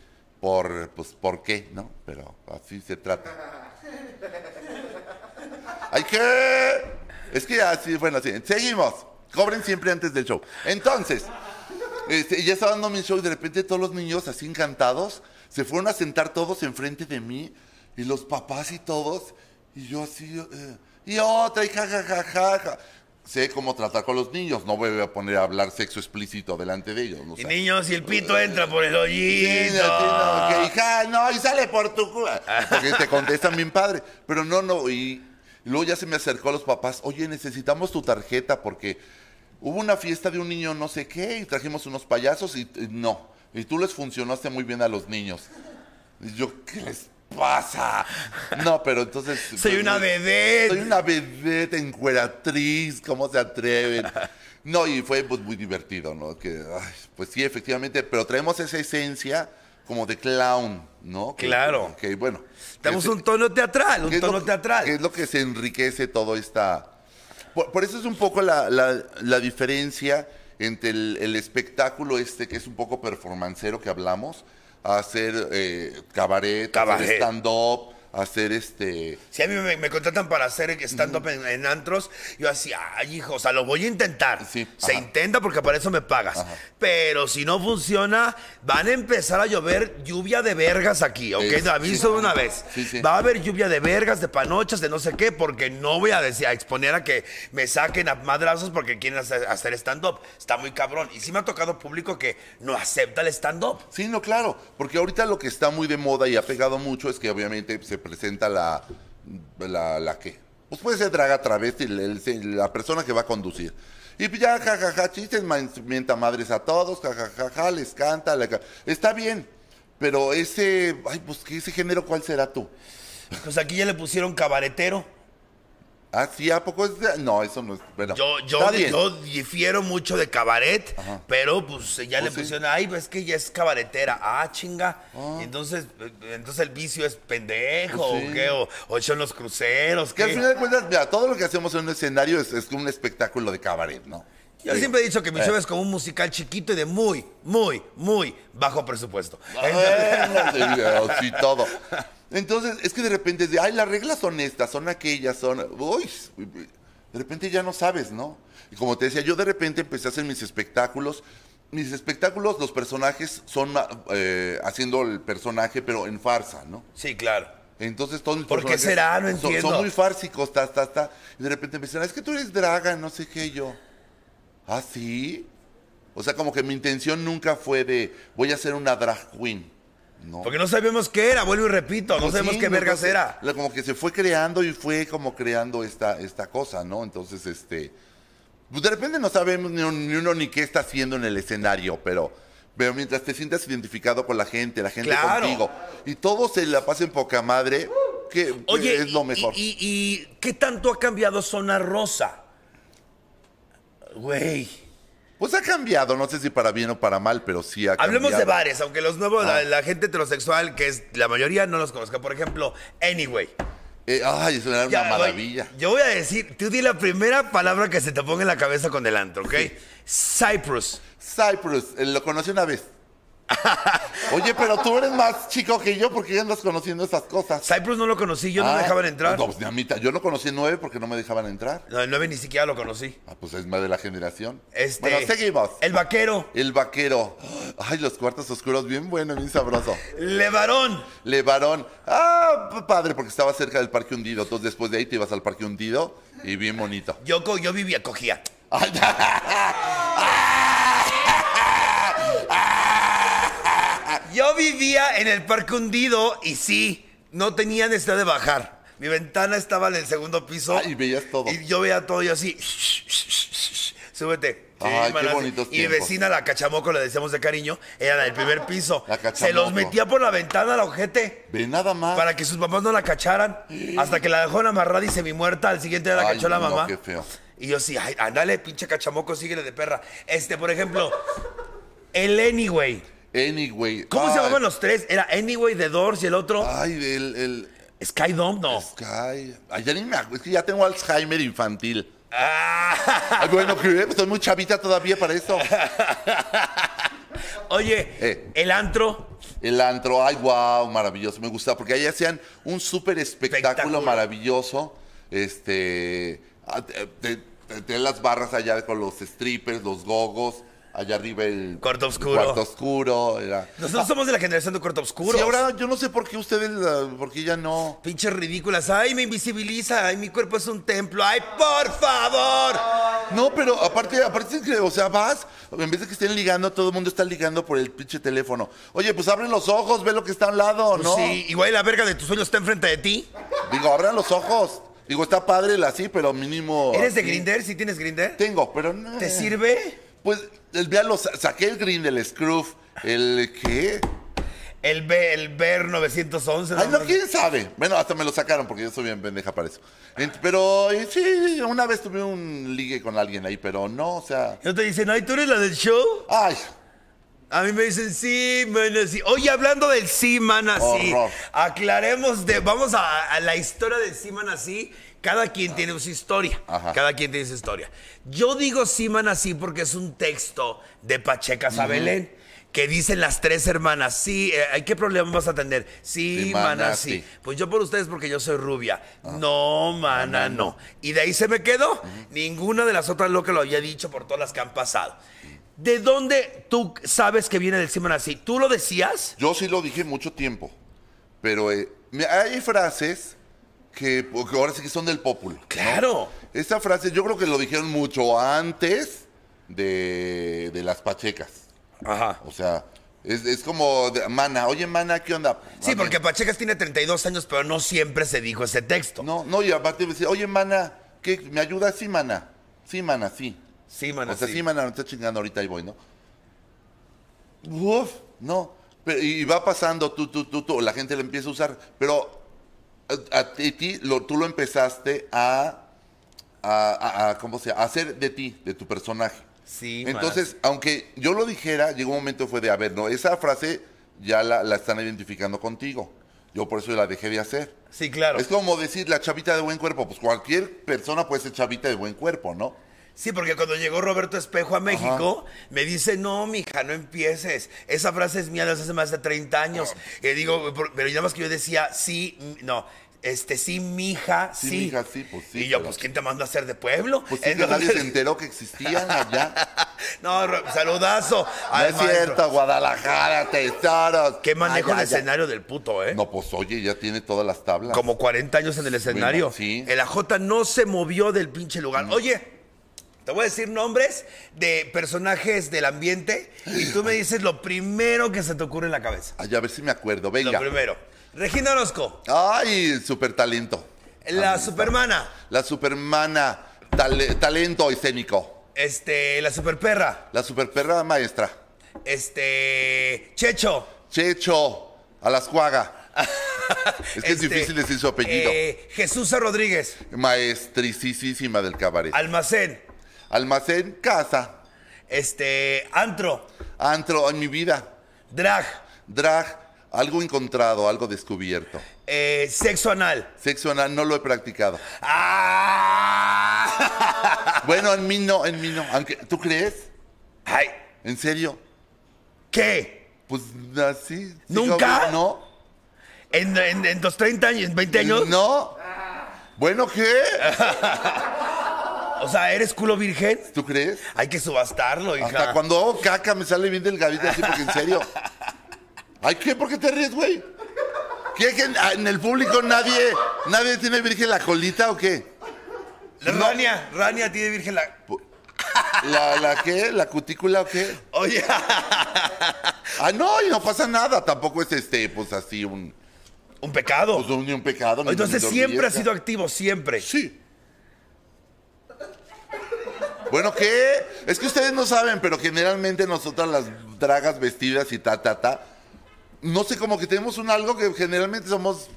Por. Pues, ¿por qué? ¿No? Pero así se trata. ¡Ay, qué! Es que así, bueno, así. Seguimos. Cobren siempre antes del show. Entonces. Este, y ya estaba dando mi show y de repente todos los niños así encantados se fueron a sentar todos enfrente de mí y los papás y todos y yo así eh, y otra y jajajaja. Sé cómo tratar con los niños, no voy a poner a hablar sexo explícito delante de ellos. no
Y
sé.
niños, y el pito entra por el
Sí,
hoyito.
no, sí, no,
ah.
que hija, no, y sale por tu cuba. Porque te contestan bien padre. Pero no, no, y luego ya se me acercó a los papás, oye, necesitamos tu tarjeta porque hubo una fiesta de un niño no sé qué y trajimos unos payasos y y no. Y tú les funcionaste muy bien a los niños. Y yo, ¿qué les pasa? No, pero entonces...
Soy
pues,
una
muy-
bebé.
soy una vedette encueratriz, ¿cómo se atreven? No, y fue pues, muy divertido, ¿no? Que, ay, pues sí, efectivamente, pero traemos esa esencia como de clown, ¿no? Que-
Claro.
Que, bueno.
Damos
que-
un tono teatral,
que
un
es lo
tono
que-
teatral.
que es lo que se enriquece todo esta... Por, por eso es un poco la, la- la diferencia entre el, el espectáculo este, que es un poco performancero que hablamos, a hacer eh, cabaret, a hacer
Cabaret.
stand-up, a hacer este...
Si a mí me, me contratan para hacer stand-up en, en antros, yo así, ay, hijo, o sea, lo voy a intentar.
Sí,
Se
ajá.
intenta porque para eso me pagas. Pero si no funciona, van a empezar a llover lluvia de vergas aquí, ¿ok?
Eh,
Te aviso
sí.
de una vez.
Sí, sí.
Va a haber lluvia de vergas, de panochas, de no sé qué, porque no voy a, decir, a exponer a que me saquen a madrazos porque quieren hacer, hacer stand-up. Está muy cabrón. Y sí me ha tocado público que no acepta el stand-up.
Sí, no, claro, porque ahorita lo que está muy de moda y ha pegado mucho es que obviamente se presenta la, la, la que, pues puede ser draga travesti, el- el- la persona que va a conducir. Y pues ya, jajaja, chistes, man- mienta madres a todos, jajajaja, les canta. le ca- Está bien, pero ese, ay, pues que ese género, ¿cuál será tú?
Pues aquí ya le pusieron cabaretero.
Ah, sí, ¿a poco es? de- No, eso no es, bueno.
Yo, yo,
está bien.
yo difiero mucho de cabaret, pero pues ya le
Pues sí.
pusieron, ay, pues es que ya es cabaretera, ah, chinga. Y Entonces, eh, entonces el vicio es pendejo,
Pues sí.
o qué, o, o son los cruceros,
Que al
¿qué?
final de cuentas, mira, todo lo que hacemos en un escenario es, es un espectáculo de cabaret, ¿no?
Yo
Sí. Eh.
siempre he dicho que mi show es como un musical chiquito y de muy, muy, muy bajo presupuesto.
Ah, eh.
Entonces-
Bueno, sí, o sí, todo. Entonces, es que de repente, es de, ay, las reglas son estas, son aquellas, son. Uy, de repente ya no sabes, ¿no? Y como te decía, yo de repente empecé a hacer mis espectáculos. Mis espectáculos, los personajes son ma- eh, haciendo el personaje, pero en farsa, ¿no?
sí, claro.
Entonces todos mis
¿Por qué
personajes
será? No
son-
entiendo.
Son, muy fársicos, ta, ta, ta. Y de repente me dicen, "Ah, es que tú eres draga, no sé qué, y yo. ¿Ah, sí? O sea, como que mi intención nunca fue de, voy a ser una drag queen. No.
Porque no sabíamos qué era, vuelvo y repito, no
Oh. Pues
sabemos
sí,
qué
no,
vergas
no sé.
era.
La- Como que se fue creando y fue como creando esta, esta cosa, ¿no? Entonces, este. pues, de repente no sabemos ni, un- ni uno ni qué está haciendo en el escenario, pero. Pero mientras te sientas identificado con la gente, la gente
Claro.
contigo, y todos se la pasen poca madre, que que
Oye,
es
y-
lo mejor.
Y, y- y qué tanto ha cambiado Zona Rosa? Güey.
Pues ha cambiado, no sé si para bien o para mal, pero sí ha cambiado.
Hablemos de bares, aunque los nuevos, la,
Ah.
la gente heterosexual, que es la mayoría, no los conozca. Por ejemplo, Anyway.
Eh, ay, eso era
Ya,
una
güey,
maravilla.
yo voy a decir, tú di la primera palabra que se te ponga en la cabeza con el antro, ¿ok? Cyprus.
Cyprus, eh, lo conocí una vez. Oye, pero tú eres más chico que yo porque ya andas conociendo esas cosas.
Cyprus no lo conocí, yo no
Ah,
me dejaban entrar.
No, pues ni a mí ta- Yo no conocí nueve porque no me dejaban entrar.
No, el 9 ni siquiera lo conocí.
Ah, pues es más de la generación.
Este,
Bueno, seguimos. El,
El vaquero.
vaquero. Ay, los cuartos oscuros, bien bueno, bien sabroso.
Levarón.
Levarón. Ah, p- padre, porque estaba cerca del parque hundido. Entonces después de ahí te ibas al parque hundido y bien bonito.
Yo, co- yo vivía, cogía.
Ay,
Yo vivía en el parque hundido y sí, no tenía necesidad de bajar. Mi ventana estaba en el segundo piso.
Ah, y veías todo.
Y yo veía todo, yo así. "Shh, shh, shh, shh, súbete.
Ay, qué
mano, así.
bonitos
Y mi
tiempos. Ah,
vecina, la cachamoco, le decíamos de cariño, era la del primer piso.
La Cachamoco.
Se los metía por la ventana la ojete.
Ve nada más.
Para que sus papás no la cacharan. Hasta que la dejaron amarrada y semimuerta. Al siguiente día la
Ay,
cachó la
no,
mamá.
qué feo.
Y yo sí, ay, ándale, pinche cachamoco, síguele de perra. Este, por ejemplo, el Anyway.
Anyway.
¿Cómo se
Ay,
llamaban los tres? Era Anyway, The Doors y el otro.
Ay, el, el
Sky Dome, no.
Sky. Ay, ya ni me acu- Es que ya tengo Alzheimer infantil.
Ah,
Ay, bueno, que pues, estoy muy chavita todavía para eso.
oye,
Eh.
el antro.
El antro, ay, wow, maravilloso, me gusta, porque ahí hacían un súper espectáculo,
Espectáculo.
maravilloso. Este. ah, te- te- te- te- las barras allá con los strippers, los gogos, allá arriba el.
Cuarto oscuro.
Cuarto oscuro. Era.
Nosotros somos de la generación de cuarto oscuro.
Ah. Sí, ahora yo no sé por qué ustedes, la- por qué ya no.
Pinches ridículas. Ay, me invisibiliza. Ay, mi cuerpo es un templo. Ay, por favor.
No, pero aparte, aparte, es que, o sea, vas, en vez de que estén ligando, todo el mundo está ligando por el pinche teléfono. Oye, pues abren los ojos, ve lo que está al lado,
Pues
¿no?
Sí, igual la verga de tus sueños está enfrente de ti.
Digo, abran los ojos. Digo, está padre el así, pero mínimo.
¿Eres de
así.
Grinder? ¿Sí tienes Grinder?
Tengo, pero no.
¿Te sirve?
Pues, el, ya lo sa- saqué el green, el scruff, el qué.
El, B, el BER 911.
Ay,
¿no?
no, quién sabe. Bueno, hasta me lo sacaron porque yo soy bien pendeja para eso. Ent- Pero eh, sí, una vez tuve un ligue con alguien ahí, pero no, o sea.
¿No te dicen, ay, tú eres la del show?
Ay,
A mí me dicen, sí, mana, sí. Oye, hablando del sí, mana, sí.
Horror.
Aclaremos, de, vamos a, a la historia del sí, mana, sí. Cada quien tiene su historia.
Ajá.
Cada quien tiene su historia. Yo digo sí, mana, sí porque es un texto de Pachecas a Belén. Que dicen las tres hermanas, sí, eh, ay, ¿qué problema vas a tener? Sí,
Sí,
mana,
mana,
sí.
sí.
Pues yo por ustedes porque yo soy rubia. No, mana, no. Y de ahí se me quedó. Ninguna de las otras locas lo había dicho por todas las que han pasado. ¿De dónde tú sabes que viene del Simón así? ¿Tú lo decías?
yo sí lo dije mucho tiempo. Pero eh, me- hay frases que, que ahora sí que son del populo.
Claro.
Esa frase yo creo que lo dijeron mucho antes de, de las pachecas.
Ajá.
O sea, es, es como, de- mana, oye, mana, ¿qué onda?
Sí,
Más
porque
bien.
Pachecas tiene 32 años, pero no siempre se dijo ese texto.
No, no, y aparte me dice, oye, mana, ¿qué, ¿me ayudas? Sí, mana. Sí, mana, sí.
Sí, mano,
O sea,
sí.
sí, mana, me está chingando ahorita y voy, ¿no? Uf, no. Pero- y va pasando tú, tú, tú, tú, la gente le empieza a usar, pero eh, a, a ti- ti lo- tú lo empezaste a, a, a- a- ¿cómo se llama? A hacer de ti, de tu personaje.
Sí, mana,
Entonces,
sí.
aunque yo lo dijera, llegó un momento fue de, a ver, no, esa frase ya la, la están identificando contigo. Yo por eso la dejé de hacer.
Sí, claro.
Es como decir la chavita de buen cuerpo, pues cualquier persona puede ser chavita de buen cuerpo, ¿no?
Sí, porque cuando llegó Roberto Espejo a México, me dice, no, mija, no empieces. Esa frase es mía desde hace más de 30 años.
Ah.
Y digo, por- pero nada más que yo decía, sí, mm, no, este, sí, mija, sí.
Sí, mija, sí, pues sí,
Y yo,
pero-
pues, ¿quién te manda a ser de pueblo?
Pues sí, que
Entonces-
nadie se enteró que existían allá.
no, Ro- saludazo.
No
al
es
maestro.
cierto, Guadalajara, tesoros.
Qué manejo
Ay,
de
ay, ay.
escenario del puto, ¿eh?
No, pues oye, ya tiene todas las tablas.
Como 40 años en el escenario.
Bueno, sí.
El AJ no se movió del pinche lugar. Oye, te voy a decir nombres de personajes del ambiente y tú me dices lo primero que se te ocurre en la cabeza.
Ay, a ver si me acuerdo,
Lo
venga.
primero. Regina Orozco,
Ay, super talento.
la supermana,
La supermana, tale- talento escénico.
este, la superperra,
La superperra maestra.
este, Checho.
Checho, a las cuaga. Es que es
este,
difícil decir su apellido.
eh, Jesús Rodríguez,
Maestricísima del cabaret.
Almacén,
Almacén, casa.
este, Antro,
Antro, en mi vida.
Drag,
Drag, algo encontrado, algo descubierto.
eh, Sexo Anal.
Sexo anal no lo he practicado.
¡Ah!
Bueno, en mí no, en mí no. Aunque, ¿Tú crees?
Ay,
¿En serio?
¿Qué?
Pues así. sigo
¿Nunca?
hablando. ¿No?
¿En, en, en los 30 años, en 20 años?
¿No? Bueno, ¿qué?
O sea, ¿eres culo virgen?
¿Tú crees?
Hay que subastarlo, hija.
Hasta cuando hago caca me sale bien delgadito así, porque en serio. Ay, ¿qué? ¿Por qué te ríes, güey? ¿Qué? que en- en el público nadie, nadie tiene virgen la colita o qué?
La Rania, Rania tiene virgen la...
¿La, la qué? ¿La cutícula o qué?
Oye,
Ah, no, y no pasa nada. Tampoco es este, pues así, un,
un pecado.
pues, un- ni un pecado. ni-
Entonces
ni una
siempre has
orgulleza.
sido activo, siempre.
Sí. Bueno, ¿qué? Es que ustedes no saben, pero generalmente nosotras las dragas vestidas y ta, ta, ta, no sé, como que tenemos un algo que generalmente somos,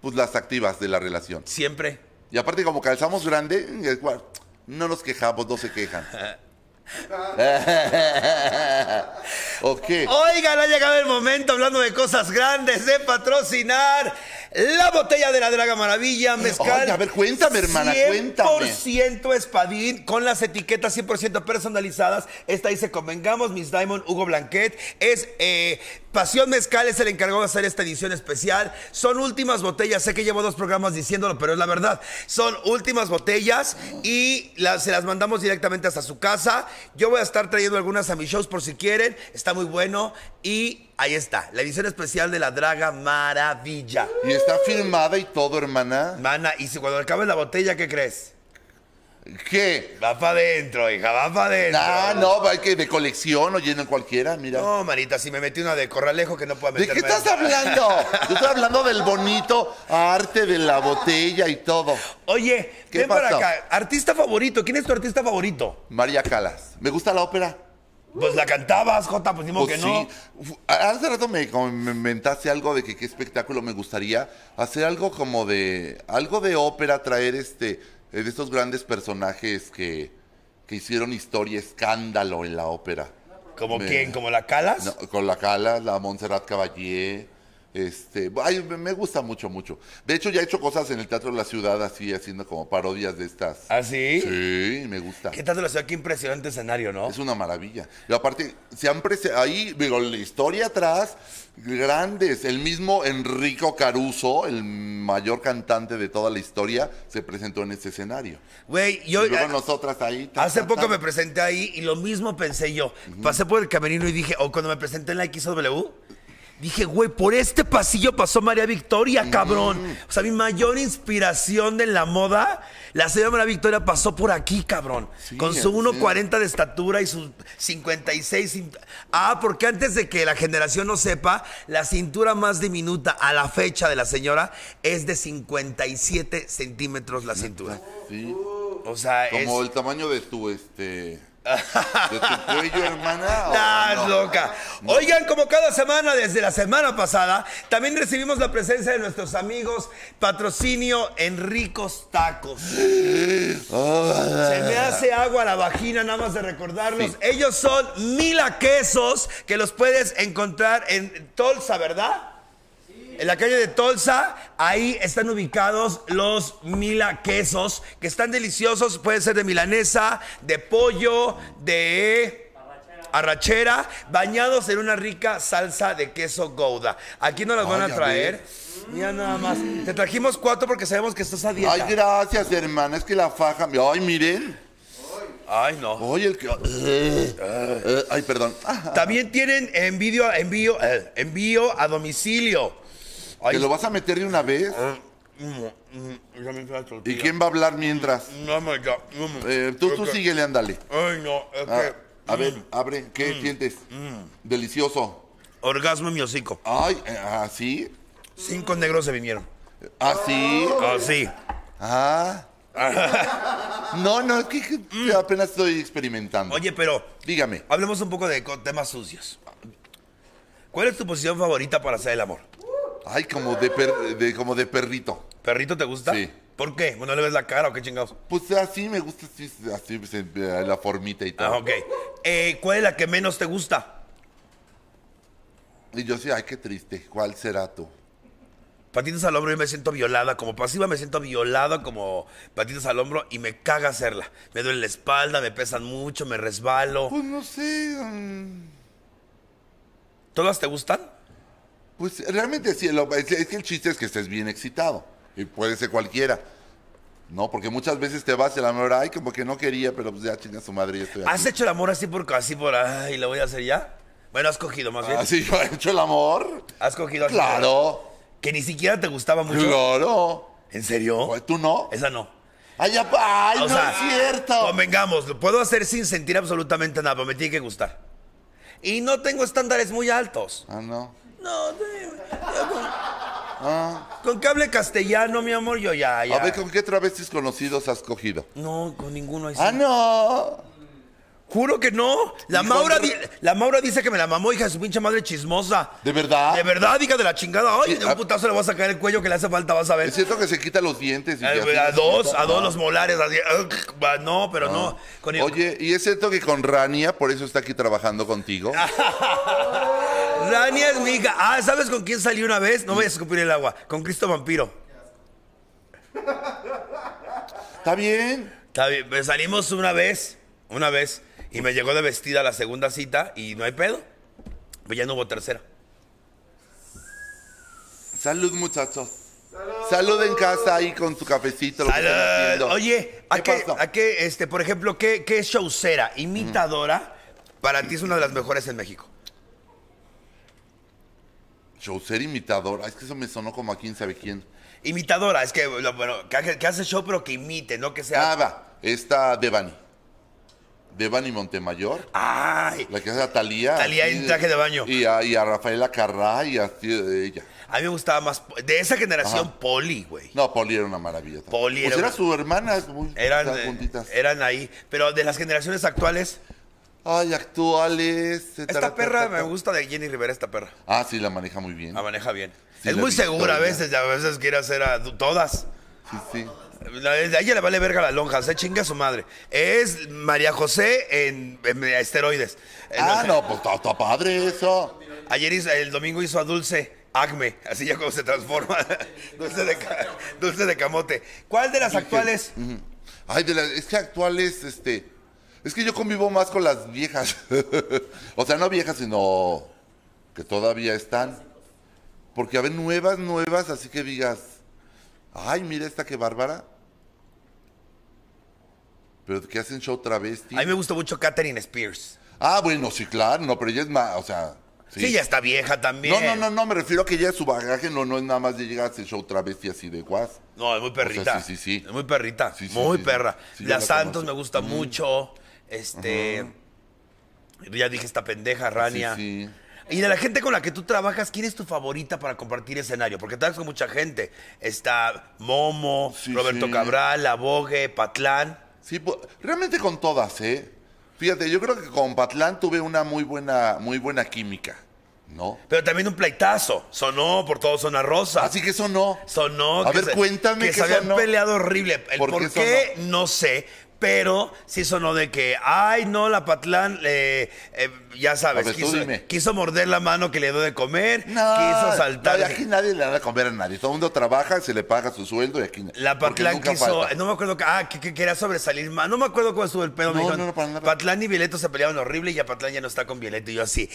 pues, las activas de la relación.
Siempre.
Y aparte, como calzamos grande, el cual, no nos quejamos, no se quejan. ¿O qué?
Oigan, ha llegado el momento, hablando de cosas grandes, de patrocinar la botella de la Draga Maravilla, mezcal.
Ay, a ver, cuéntame, hermana,
100% espadín, con las etiquetas 100% personalizadas. Esta dice, convengamos, Miss Diamond, Hugo Blanquet. Es eh, Pasión Mezcal, es el encargado de hacer esta edición especial. Son últimas botellas, sé que llevo dos programas diciéndolo, pero es la verdad. Son últimas botellas y las, se las mandamos directamente hasta su casa. Yo voy a estar trayendo algunas a mis shows por si quieren. Está muy bueno y ahí está, la edición especial de La Draga Maravilla.
Y está firmada y todo, hermana.
Mana, y si cuando acabes la botella, ¿qué crees?
¿Qué?
Va para adentro, hija, va para adentro.
Ah, no, hay que de colección o llenan cualquiera, mira.
No, manita, si me metí una de corralejo que no puedo
¿De
meterme.
qué estás hablando? Yo estoy hablando del bonito arte de la botella y todo.
Oye,
¿Qué
ven para
pasó?
acá. Artista favorito, ¿quién es tu artista favorito?
María Calas. ¿Me gusta la ópera?
Pues la cantabas, Jota, pues digo
Pues
que no.
sí. Fu- Hace rato me comentaste algo de que qué espectáculo me gustaría hacer algo como de algo de ópera, traer este eh, de estos grandes personajes que, que hicieron historia, escándalo en la ópera.
¿Como
Me-
quién? ¿Como la calas?
No, con la Cala, la Montserrat Caballé. Este, ay, me me gusta mucho, mucho. De hecho, ya he hecho cosas en el Teatro de la Ciudad, así, haciendo como parodias de estas.
¿Ah, sí?
Sí, me gusta.
¿Qué tal te lo hacía? Qué impresionante escenario, ¿no?
Es una maravilla. Y aparte, siempre se, ahí, digo, la historia atrás, grandes. El mismo Enrico Caruso, el mayor cantante de toda la historia, se presentó en este escenario.
Güey,
Y
yo...
luego
a-
nosotras ahí. ta,
ah, Hace
ta,
poco
ta.
me presenté ahí y lo mismo pensé yo. Pasé por el camerino y dije, o cuando me presenté en la XW, dije, güey, por este pasillo pasó María Victoria, cabrón. O sea, mi mayor inspiración de la moda, la señora María Victoria pasó por aquí, cabrón.
Sí,
con su
sí.
1,40 de estatura y sus 56. cint- Ah, porque antes de que la generación no sepa, la cintura más diminuta a la fecha de la señora es de 57 centímetros la cintura.
Sí.
O sea, es...
Como el tamaño de tu, este... ¿De tu cuello, hermana? o
¡Estás
no?
loca! Oigan, como cada semana, desde la semana pasada, también recibimos la presencia de nuestros amigos Patrocinio Enricos Tacos. Se me hace agua la vagina nada más de recordarlos.
Sí.
Ellos son Mila Quesos, que los puedes encontrar en Tolsa, ¿verdad? En la calle de Tolsa, ahí están ubicados los Mila quesos, que están deliciosos. Pueden ser de milanesa, de pollo, de arrachera, bañados en una rica salsa de queso gouda. Aquí nos las van
Ay,
a
a
traer. Mira nada más. Te trajimos cuatro porque sabemos que estás a dieta.
Ay, gracias, hermana. Es que la faja. Ay, miren.
Ay, no.
Oye, el que. Eh, eh, Ay, perdón. Ah,
También tienen envidio- envío, eh, envío a domicilio. Ay,
¿Te lo vas a meter de una vez?
mm, mm, ya me fui a la tortilla.
¿Y quién va a hablar mientras?
No, my God, no, my-
Eh, tú, tú
Mm, Ok. Mm,
síguele, ándale.
Ay, no, es
Ah,
que-
a ver, abre. ¿Qué sientes?
mm.
Delicioso.
Orgasmo en mi hocico.
Ay, eh, ¿así?
Cinco negros se vinieron.
¿Así?
Así.
Ah. No, no, es que
Mm.
que apenas estoy experimentando.
Oye, pero
Dígame.
hablemos un poco de co- temas sucios. ¿Cuál es tu posición favorita para hacer el amor?
Ay, como de, per- de- como de perrito.
¿Perrito te gusta?
Sí.
¿Por qué? ¿No le ves la cara o qué chingados?
Pues así me gusta, así, así, pues, en- eh, la formita y todo.
Ah, ok. Eh, ¿Cuál es la que menos te gusta?
Y yo sí, ay, qué triste. ¿Cuál será tú?
Patitas al hombro, yo me siento violada. Como pasiva me siento violada como patitas al hombro y me caga hacerla. Me duele la espalda, me pesan mucho, me resbalo.
Pues no sé. mm,
¿Todas te gustan?
Pues realmente sí, lo- es, es que el chiste es que estés bien excitado. Y puede ser cualquiera. No, porque muchas veces te vas y a la mejor, ay, como que no quería, pero pues ya chinga su madre, ya estoy aquí.
¿Has hecho el amor así por así por ay, lo voy a hacer ya? Bueno, has cogido más bien.
¿Así Ah, yo he hecho el amor?
Has cogido así.
Claro,
Que ni siquiera te gustaba mucho.
claro.
¿En serio?
Pues, ¿Tú no?
Esa no.
Ay, ya- ay,
O
no
sea,
es cierto.
Convengamos, lo puedo hacer sin sentir absolutamente nada, pero me tiene que gustar. Y no tengo estándares muy altos.
Ah, no.
No, de-
Ah,
con cable castellano, mi amor, yo ya, ya.
A ver, ¿con qué travestis conocidos has cogido?
No, con ninguno. ahí sí.
Ah, no.
Juro que no. La
Y
Maura,
cuando-
di- la Maura dice que me la mamó, hija de su pinche madre chismosa.
¿De verdad?
De verdad, hija de la chingada. Ay,
Sí,
de un
ah.
putazo le voy a sacar el cuello que le hace falta, vas a ver.
Es cierto que se quita los dientes. Y
A,
que así-
a dos, a dos los molares, así, va, no, pero no. Con el-
Oye, ¿y es cierto que con Rania, por eso está aquí trabajando contigo?
Ah. Rania es mi hija. Ah, ¿sabes con quién salí una vez? No voy a escupir el agua. Con Cristo Vampiro.
¿Está bien?
Está bien, pues, salimos una vez, una vez, y me llegó de vestida la segunda cita y no hay pedo. Pues ya no hubo tercera.
Salud, muchachos. Salud. en casa ahí con tu cafecito. lo que están
Al-
haciendo.
Oye, ¿a
¿Qué
qué,
pasó?
a qué, este, por ejemplo, qué, qué showcera, imitadora, para ti es una de las mejores en México?
Show ser imitador. Ay, es que eso me sonó como a quién sabe quién.
Imitadora, es que, lo- bueno, que, haga- que hace show pero que imite, no que
Ah,
sea...
va. Está Devani. Devani Montemayor.
¡Ay!
La que hace a Talía.
Thalía en traje de baño.
Y a, y a Rafaela Carrá y así eh, ella.
A mí me gustaba más. De esa generación,
Ajá.
Poli, güey.
No, Poli era una maravilla. también.
Poli
pues
era
era
una-
su hermana. es muy-
Eran,
estaban
eh,
juntitas.
eran ahí. Pero de las generaciones actuales,
Ay, actuales.
esta perra me gusta de Jenny Rivera, esta perra.
Ah, sí, la maneja muy bien.
La maneja bien.
Sí,
es
la
muy
he visto,
segura a
ya.
veces, a veces quiere hacer a du- todas.
Sí, sí.
La- A ella le vale verga la lonja, se chinga su madre. Es María José en, en esteroides.
Ah,
En-
no, pues está, está padre eso.
Ayer hizo- el domingo hizo a Dulce Acme, así ya como se transforma. dulce, de, ca- dulce de camote. ¿Cuál de las actuales?
Ujú. Ay, de la- es que actuales, este. Es que yo convivo más con las viejas. o sea, no viejas, sino que todavía están. Porque a ver, nuevas, nuevas, así que digas. Ay, mira esta que bárbara. Pero que hacen show travesti.
A mí me gustó mucho Katherine Spears.
Ah, bueno, sí, claro, no, pero ella es más, o sea.
Sí, ya está vieja también.
No, no, no, no, me refiero a que ella su bagaje no, no es nada más de llegar a hacer show travesti así de guas.
No, es muy perrita.
sí, sí, sí.
Es muy perrita.
Sí, sí,
muy
sí, sí.
perra.
Sí, yo
la
la
Santos me
conozco.
gusta mucho. Este. Ya dije esta pendeja, Rania.
Sí, sí.
Y de la gente con la que tú trabajas, ¿quién es tu favorita para compartir escenario? Porque trabajas con mucha gente. Está Momo,
Sí,
Roberto
sí.
Cabral, La Vogue, Patlán.
Sí, pu- realmente con pues, todas, ¿eh? Fíjate, yo creo que con Patlán tuve una muy buena, muy buena química, ¿no?
Pero también un pleitazo. Sonó por todo Zona Rosa.
Así que eso no.
Sonó.
Ah, A
que
ver,
se- Que
cuéntame qué
se habían
sonó.
peleado horrible. El por,
¿Por
qué,
qué
no sé. Pero sí sonó de que, ay, no, la Patlán, eh, eh, ya sabes,
A ver, tú
quiso,
dime.
quiso morder la mano que le dio de comer,
No,
quiso
no,
saltar.
aquí nadie le da de comer a nadie. Todo el mundo trabaja, se le paga su sueldo y aquí
La
porque
Patlán
nunca
quiso,
falta.
no me acuerdo, que- ah, que, que quería sobresalir más, no me acuerdo cuál estuvo el pedo, me
No,
dijeron,
no, no, para nada.
Patlán y Violeto se peleaban horrible y ya Patlán ya no está con Violeto, y yo así,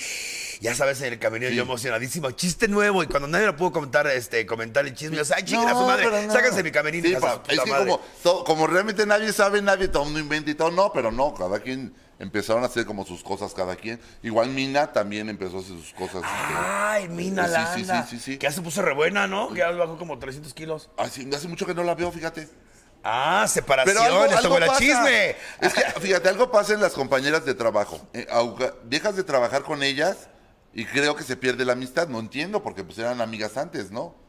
ya sabes, en el camino
Sí.
yo emocionadísimo, chiste nuevo, y cuando nadie lo pudo comentar, este, comentar el chisme, yo así, ay, chinguen a su
No,
madre,
pero no.
sáquense mi camerino,
Sí,
hijas de
pa-
su
es
puta
que
madre.
como, to- como realmente nadie sabe, nadie, todo el mundo inventa y todo. No, pero no, cada quien empezaron a hacer como sus cosas, cada quien. Igual Mina también empezó a hacer sus cosas. este,
Ay, mina
Sí,
la
sí, sí,
anda,
sí, sí.
que ya se puso rebuena, ¿no? Que ya bajó como 300 kilos.
Así, hace mucho que no la veo, fíjate.
Ah, separación,
Pero algo,
está
algo
buena
pasa.
chisme.
Es que, fíjate, algo pasa en las compañeras de trabajo. Eh, auga- dejas de trabajar con ellas y creo que se pierde la amistad. No entiendo, porque pues eran amigas antes, ¿no?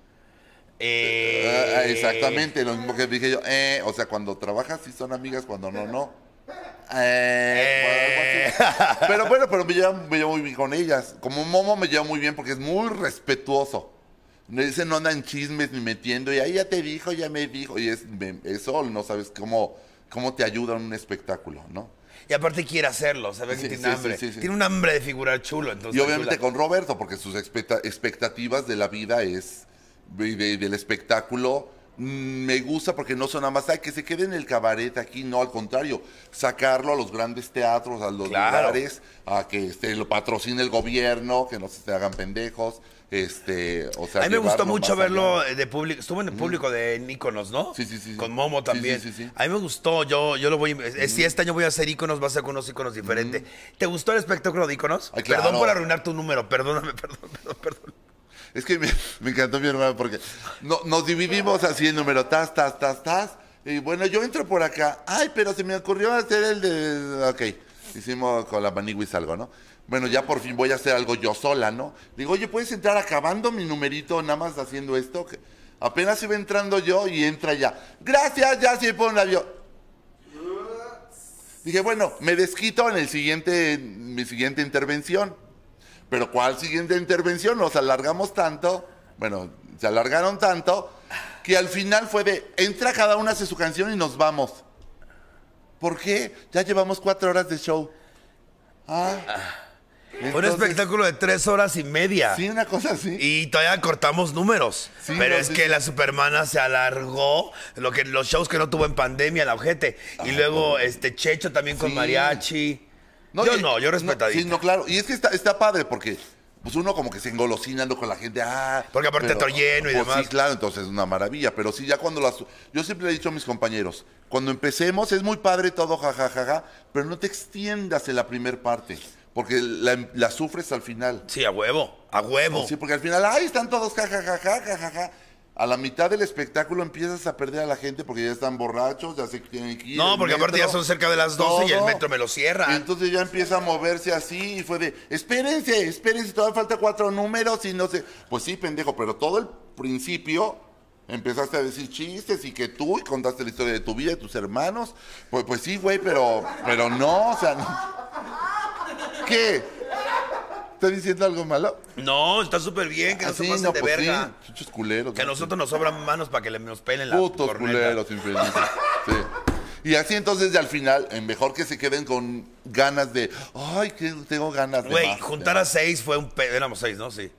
Eh,
Ah, exactamente, lo mismo que dije yo. Eh, o sea, cuando trabajas sí son amigas, cuando no, no. Eh,
Eh.
bueno, algo así. Pero bueno, pero me llevo, me llevo muy bien con ellas. Como Momo me llevo muy bien porque es muy respetuoso. Me dicen, no andan chismes ni metiendo. Y ahí ya te dijo, ya me dijo. Y es, me- eso no sabes cómo, cómo te ayuda en un espectáculo, ¿no?
Y aparte quiere hacerlo, sabe que
Sí,
tiene
sí, sí,
hambre.
sí, sí.
Tiene un hambre de figurar chulo, entonces.
Y obviamente
chula.
con Roberto, porque sus expecta- expectativas de la vida es, y de- del espectáculo, mm, me gusta porque no son nada más, ay, que se quede en el cabaret aquí, no, al contrario, sacarlo a los grandes teatros, a los
Claro.
lugares, a que este, lo patrocine el gobierno, que no se te hagan pendejos, este, o sea.
A mí me gustó
llevarlo
mucho
más
verlo
allá.
eh, de público. Estuvo en el público de Níconos, ¿no?
Sí, sí, sí, sí.
Con Momo
Sí,
también.
sí, sí, sí.
A mí me gustó. Yo, yo lo voy. eh, Si este año voy a hacer íconos, va a ser con unos íconos diferentes. ¿Te gustó el espectáculo de íconos?
Ay, claro.
Perdón por arruinar tu número. Perdóname, perdón, perdón, perdón.
Es que me, me encantó mi hermano porque no- nos dividimos así en número, tas, tas, tas, tas. Y bueno, yo entro por acá. Ay, pero se me ocurrió hacer el de... Ok, hicimos con la maniguis algo, ¿no? Bueno, ya por fin voy a hacer algo yo sola, ¿no? Digo, oye, ¿puedes entrar acabando mi numerito nada más haciendo esto? Que apenas iba entrando yo y entra ya. Gracias, ya se pone un avión. Dije, bueno, me desquito en el siguiente, en mi siguiente intervención. Pero ¿cuál siguiente intervención? Nos alargamos tanto, bueno, se alargaron tanto, que al final fue de, entra cada una hace su canción y nos vamos. ¿Por qué? Ya llevamos cuatro horas de show. Ah.
Fue un
Entonces,
espectáculo de tres horas y media.
Sí, una cosa así.
Y todavía cortamos números.
Sí,
pero
no,
es
sí,
que
sí.
la Supermana se alargó. Lo que, los shows que no tuvo en pandemia, la ojete. Y luego este Checho también con
Sí.
mariachi. yo
y-
no, yo respetadito.
sí, no, claro. Y es que está, está padre porque pues uno como que se engolosina ¿no? con la gente. Ah,
Porque aparte está lleno y
pues
demás.
Sí, claro, entonces es una maravilla. Pero sí, ya cuando las... Yo siempre le he dicho a mis compañeros, cuando empecemos es muy padre todo, jajajaja, pero no te extiendas en la primer parte porque la, la sufres al final.
Sí, a huevo. A huevo.
Sí, porque al final, ahí están todos, jajajaja, jajaja. A la mitad del espectáculo empiezas a perder a la gente porque ya están borrachos, ya se tienen que ir.
No,
el
porque aparte
metro,
ya son cerca de las 12 y el
todo.
metro me lo cierra.
Y entonces ya empieza a moverse así y fue de, espérense, espérense, todavía falta cuatro números y no sé. Pues sí, pendejo, pero todo el principio empezaste a decir chistes y que tú y contaste la historia de tu vida, de tus hermanos. Pues, pues sí, güey, pero, pero no, o sea, no. ¿qué? ¿Estás diciendo algo malo?
No, está súper bien que no se
Así,
pasen de
pues
verga.
sí, chuchos culeros.
Que a
¿no?
nosotros nos sobran manos para que le- nos pelen la
Putos
corneta.
culeros infelices. Sí. Y así entonces de al final, eh, mejor que se queden con ganas de, ay, que tengo ganas de
Güey,
más".
juntar a seis fue un pedo. Éramos seis, ¿no? Sí.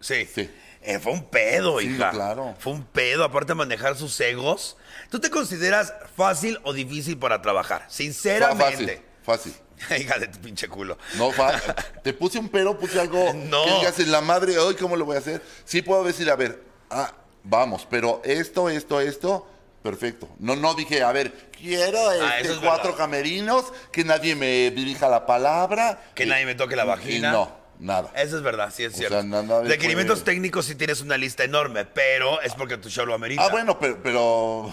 Sí.
Sí.
Eh, fue un pedo,
Sí,
hija.
claro.
Fue un pedo, aparte de manejar sus egos. ¿Tú te consideras fácil o difícil para trabajar?
Fa-
Sinceramente.
Fácil, fácil.
hija de tu pinche culo.
No, fa- te puse un pero, puse algo
No.
que digas en la madre, hoy cómo lo voy a hacer. Sí puedo decir, a ver, ah, vamos, pero esto, esto, esto, perfecto. No, no dije, a ver, quiero
Ah,
este,
eso es
cuatro
verdad.
camerinos, que nadie me dirija la palabra.
Que
Y-
nadie me toque la
y
vagina.
no, nada.
Eso es verdad, sí es
O
cierto.
sea, na- nadie
de requerimientos
puede-
técnicos sí tienes una lista enorme, pero es porque tu show lo amerita.
Ah, bueno, pero, pero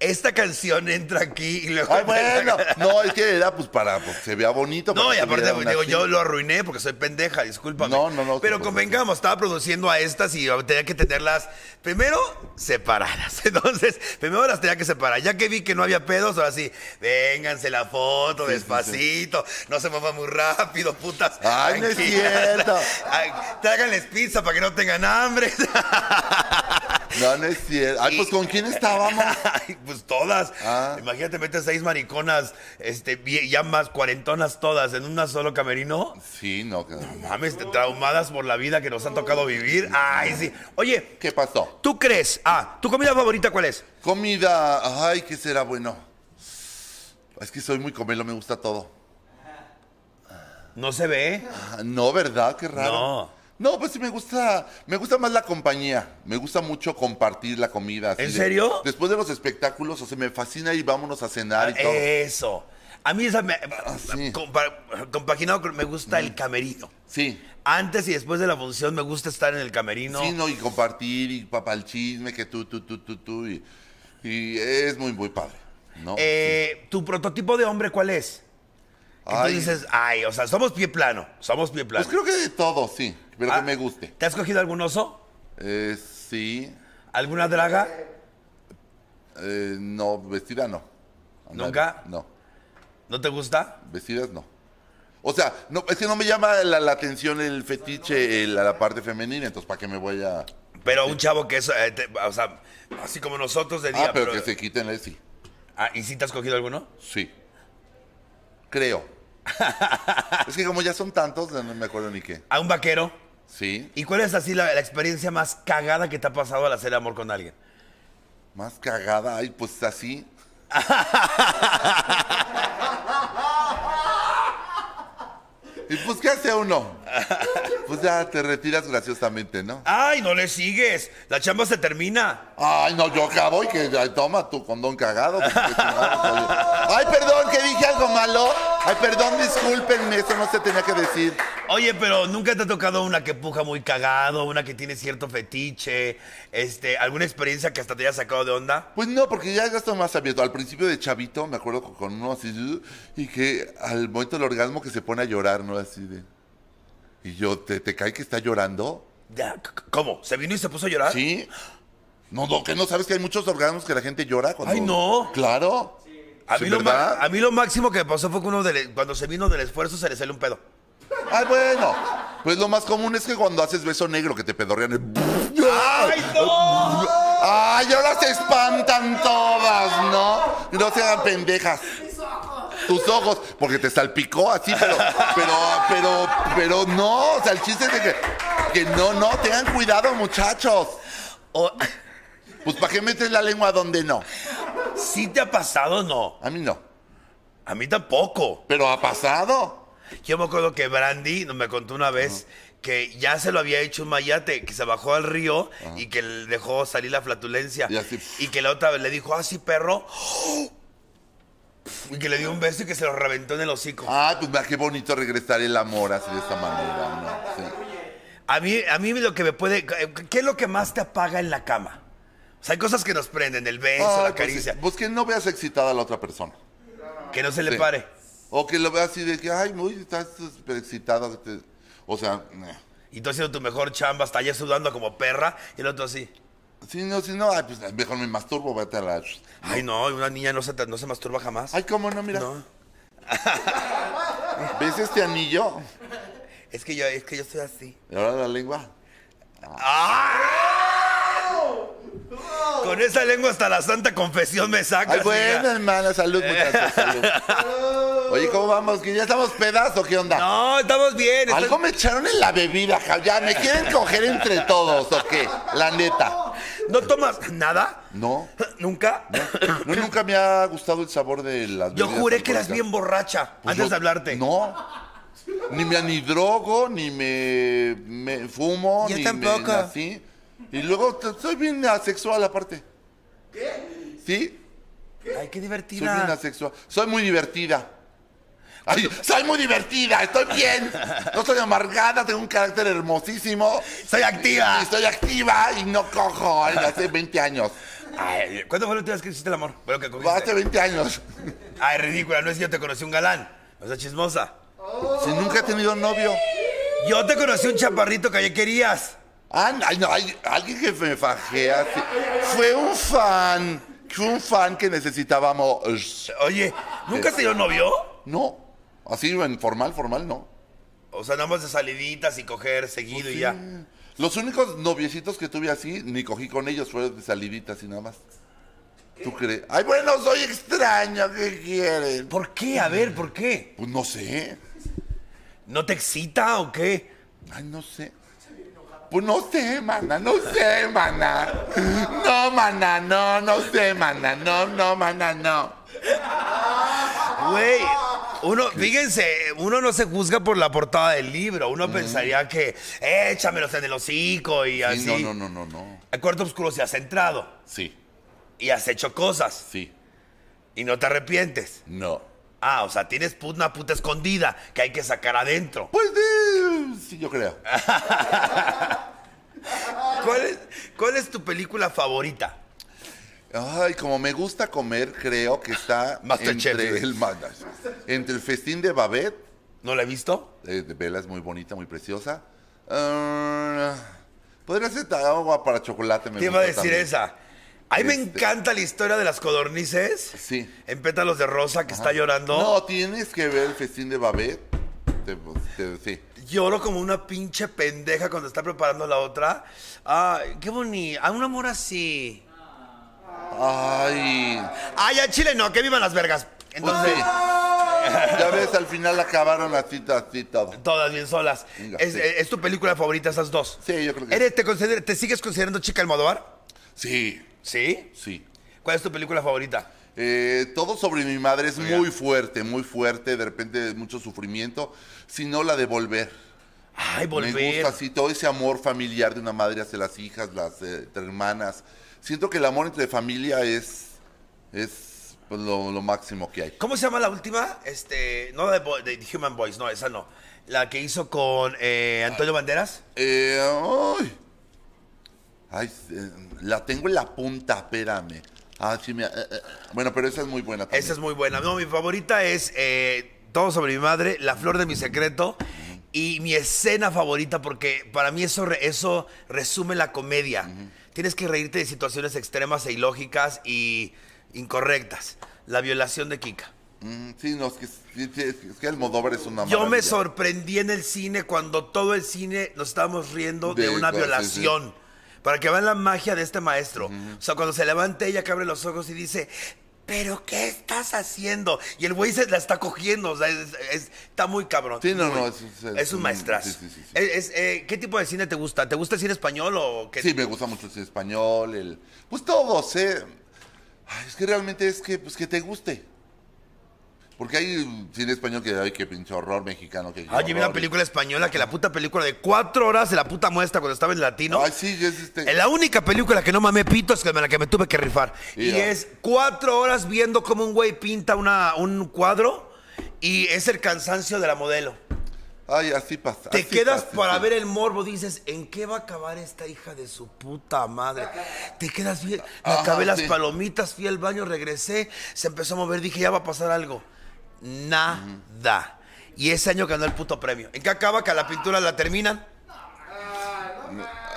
Esta canción entra aquí y luego.
Ay, Ah, bueno, no, es que era pues para pues, que se vea bonito.
No,
para
y
que
aparte, pues,
se viera
digo,
una
yo
chica.
lo arruiné porque soy pendeja, discúlpame.
No, no, no,
Pero
tampoco.
convengamos, estaba produciendo a estas y tenía que tenerlas, primero, separadas. Entonces, primero las tenía que separar. Ya que vi que no había pedos, ahora sí, vénganse la foto,
Sí, sí, sí.
despacito, no se muevan muy rápido, putas.
Ay, no es
Tranquilas.
cierto.
Ay, Tráiganles pizza para que no tengan hambre.
No, no es cierto. Ay, pues ¿con quién estábamos?
Ay, pues todas.
Ah.
Imagínate, metes seis mariconas, este, vie- ya más cuarentonas todas en un solo camerino.
Sí, no. que-
Mames, te- traumadas por la vida que nos ha tocado vivir. Ay, sí. Oye,
¿Qué pasó?
¿tú crees? Ah, ¿tu comida favorita cuál es?
Comida. Ay, ¿qué será bueno? Es que soy muy comelo, me gusta todo.
No se ve.
Ah, No, ¿verdad? Qué raro.
No.
No, pues sí me gusta, me gusta más la compañía. Me gusta mucho compartir la comida. así
¿En
de-
serio? Ah,
después de los espectáculos, o sea, me fascina y vámonos a cenar y Ah, todo.
eh.
Ah,
Eso. A mí esa me,
sí.
compa- compaginado con- me gusta el camerino.
Sí.
Antes y después de la función me gusta estar en el camerino.
Sí, no, y compartir y papá el chisme que tú, tú, tú, tú, tú. Y, y es muy, muy padre. ¿No?
Eh, ¿Tu prototipo de hombre cuál es? Que tú
Ay,
dices, ay, o sea, somos pie plano, somos pie plano.
Pues creo que de todo, sí. Pero
Ah,
que me guste.
¿Te has cogido algún oso?
Eh, sí.
¿Alguna draga?
eh, no, vestida no. A nadie.
¿Nunca?
No,
¿No te gusta?
vestidas no. O sea, no, es que no me llama la, la atención el fetiche, el- la parte femenina, entonces ¿para qué me voy a...?
Pero un chavo que es, eh, te- o sea, así como nosotros de día.
Ah, pero que se quiten el sí.
Ah, ¿Y si te has cogido alguno?
Sí. Creo. es que como ya son tantos, no me acuerdo ni qué.
¿A un vaquero?
Sí.
¿Y cuál es así la, la experiencia más cagada que te ha pasado al hacer amor con alguien?
Más cagada, ay, pues así. ¿Y pues qué hace uno? Pues ya te retiras graciosamente, ¿no?
¡Ay, no le sigues! La chamba se termina.
Ay, no, yo acabo y que ay, toma tu condón cagado. pues, que tu madre, oye. Ay, perdón, que dije algo malo. Ay, perdón, discúlpenme, eso no se tenía que decir.
Oye, pero ¿nunca te ha tocado una que puja muy cagado, una que tiene cierto fetiche, este, alguna experiencia que hasta te haya sacado de onda?
Pues no, porque ya, ya estoy más abierto. Al principio de Chavito, me acuerdo con- con uno así, "Uh", y que al momento del orgasmo que se pone a llorar, ¿no? Así de. Y yo, ¿te, te cae que está llorando?
Ya, c- c- ¿Cómo? ¿Se vino y se puso a llorar?
¿Sí? No, no, que no sabes que hay muchos orgasmos que la gente llora cuando.
Ay, no.
Claro.
A
Sí,
mí, lo ma-
¿verdad?
a mí lo máximo que me pasó fue que uno del- cuando se vino del esfuerzo se le salió un pedo.
Ay, bueno. Pues lo más común es que cuando haces beso negro que te pedorrean. el-
¡Ay, no!
¡Ay, ahora se espantan todas, ¿no? No se hagan pendejas. Tus ojos, porque te salpicó así, pero, pero, pero, pero no, o sea, el chiste es de que, que no, no, tengan cuidado, muchachos.
O-
Pues, ¿para qué metes la lengua donde no?
¿Sí te ha pasado o no?
A mí no,
A mí tampoco.
pero ha pasado.
Yo me acuerdo que Brandy no, me contó una vez que ya se lo había hecho un mayate, que se bajó al río y que le dejó salir la flatulencia.
Y así.
Y que la otra vez le dijo, ah, sí, perro. Y que le dio un beso y que se lo reventó en el hocico.
Ay, pues, mira, qué bonito regresar el amor así de esta manera, ¿no? Sí.
A mí, a mí lo que me puede... ¿Qué es lo que más te apaga en la cama? O sea, hay cosas que nos prenden, el beso,
Ay,
la
pues,
caricia,
Pues, que no veas excitada a la otra persona.
que no se le
Sí.
pare.
O que lo veas así de que, ay, muy, estás súper excitada. te- O sea, eh.
Y tú haciendo tu mejor chamba, hasta allá sudando como perra, y el otro así.
Si no, si no, ay, pues mejor me masturbo, vete a la.
Ay, no, una niña no se, no se masturba jamás.
Ay, cómo no, mira.
No.
¿Ves este anillo?
Es que yo, es que yo soy así.
Y ahora la lengua. ¡Ah!
Con esa lengua hasta la santa confesión me sacas.
Ay, bueno,
hija.
hermana, salud, muchachos, salud. Oye, ¿cómo vamos? ¿Que ya estamos pedazo? ¿Qué onda?
No, estamos bien. estoy-
Algo me echaron en la bebida, ja, ya me quieren coger entre todos, ¿o qué? La neta.
¿No tomas nada?
No,
¿Nunca?
no, nunca me ha gustado el sabor de las
Yo
bebidas
juré que eras
alcohólicas.
bien borracha
Pues
antes
yo-
de hablarte.
No. Ni me anidrogo, ni me, me fumo,
Yo
ni
tampoco.
me nací. Y luego t- soy bien asexual aparte. ¿Qué? Sí,
Ay, qué
soy bien
divertida.
asexual. Soy muy divertida. Ay, soy muy divertida, estoy bien. No soy amargada, tengo un carácter hermosísimo.
Soy activa.
Y soy activa y no cojo ay, hace 20 años.
Ay, ¿Cuándo fue la última vez que hiciste el amor? Bueno, que cogiste.
Hace 20 años.
Ay, ridícula, no es que yo te conocí un galán. O sea, chismosa.
Si nunca he tenido novio.
Yo te conocí un chaparrito que ya querías.
Ah, no, ay, no, hay alguien que me fajea. sí. Fue un fan. Fue un fan que necesitábamos.
Oye, ¿nunca se dio novio?
No. Así, en formal, formal, no.
O sea, nada más de saliditas y coger seguido
Pues
y ya.
Los únicos noviecitos que tuve así, ni cogí con ellos, fueron de saliditas y nada más. ¿Tú crees? Ay, bueno, soy extraño, ¿qué quieren?
¿Por qué? A ver, ¿por qué?
Pues no sé.
¿No te excita o qué?
Ay, no sé. Pues no sé, mana, no sé, mana. No, mana, no, no sé, mana. No, no, mana, no.
Güey, uno, fíjense, uno no se juzga por la portada del libro. Uno pensaría que échamelos en el hocico y
Sí,
así.
no, no, no, no, no.
El cuarto oscuro se has entrado
Sí,
y has hecho cosas
sí,
y no te arrepientes.
no.
Ah, o sea, tienes pu- una puta escondida que hay que sacar adentro.
Pues eh, sí, yo creo.
¿Cuál es, cuál es tu película favorita?
Ay, como me gusta comer, creo que está
Masterchef,
entre
güey.
el, mana- entre el festín de Babette
¿No la he visto?
Eh, de Vela es muy bonita, muy preciosa. Ah, Podría ser ta- agua para chocolate, me
Te iba a
gusta
decir
también.
esa. A mí me
Este.
encanta la historia de las codornices
Sí.
en Pétalos de Rosa que está llorando.
No, tienes que ver el festín de Babette. Te- te- sí.
Lloro como una pinche pendeja cuando está preparando la otra. Ay, qué bonito. A un amor así.
Ay.
Ay, a Chile no, que vivan las vergas.
Pues
Entonces,
sí. Ya ves, al final acabaron así, así todo.
todas bien solas.
Venga,
es, eh,
sí.
es tu película favorita esas dos?
Sí, yo creo que
¿Eres, te, consider- ¿Te sigues considerando chica Almodóvar?
sí.
Sí.
Sí.
¿Cuál es tu película favorita?
Eh, todo sobre mi madre es muy fuerte, muy fuerte, de repente mucho sufrimiento, sino la de volver.
Ay,
Me
volver.
gusta así todo ese amor familiar de una madre hacia las hijas, las eh, entre hermanas. Siento que el amor entre familia es, es pues, lo, lo máximo que hay.
¿Cómo se llama la última? Este, no la de, Bo- de Human Boys, no, esa no. La que hizo con eh, Antonio Banderas.
Eh, ay. Ay, eh, la tengo en la punta, espérame. Ah, sí, mira, eh, eh. Bueno, pero esa es muy buena también.
Esa es muy buena. No, mi favorita es eh, Todo sobre mi madre, La flor de mi secreto y mi escena favorita porque para mí eso, re- eso resume la comedia. Tienes que reírte de situaciones extremas e ilógicas y incorrectas. La violación de Kika.
Mm, sí, no, es que, sí, sí, es que Almodóvar es una
Yo me
maravilla.
sorprendí en el cine cuando todo el cine nos estábamos riendo de,
De
una
cosas,
violación. Para que vean la magia de este maestro. O sea, cuando se levanta ella que abre los ojos y dice, ¿pero qué estás haciendo? Y el güey se la está cogiendo. O sea, es- es- está muy cabrón.
Sí, no,
muy.
no, es- es-
Es un maestrazo.
sí, sí, sí, sí.
Es- es, eh, ¿Qué tipo de cine te gusta? ¿Te gusta el cine español o qué?
Sí, me gusta mucho el español, el... Pues todos, ¿eh? Ay, es que realmente es que, pues, que te guste. Porque hay cine español que, ay, que pinche horror mexicano. Que,
Oye, vi una
horror.
película española que la puta película de cuatro horas de la puta muestra cuando estaba en latino.
Ay, sí, es este...
Eh, La única película que no mamé pito es que- la que me tuve que rifar. Y
Ya.
es cuatro horas viendo cómo un güey pinta una, un cuadro y es el cansancio de la modelo.
Ay, así pasa.
Te
así
quedas
pasa,
para
sí.
ver el morbo, dices, ¿en qué va a acabar esta hija de su puta madre? Te quedas bien. Me
Ajá,
acabé las
sí.
palomitas, fui al baño, regresé, se empezó a mover, dije, ya va a pasar algo. Nada. Y ese año ganó el puto premio. ¿En qué acaba? Que a la pintura la terminan.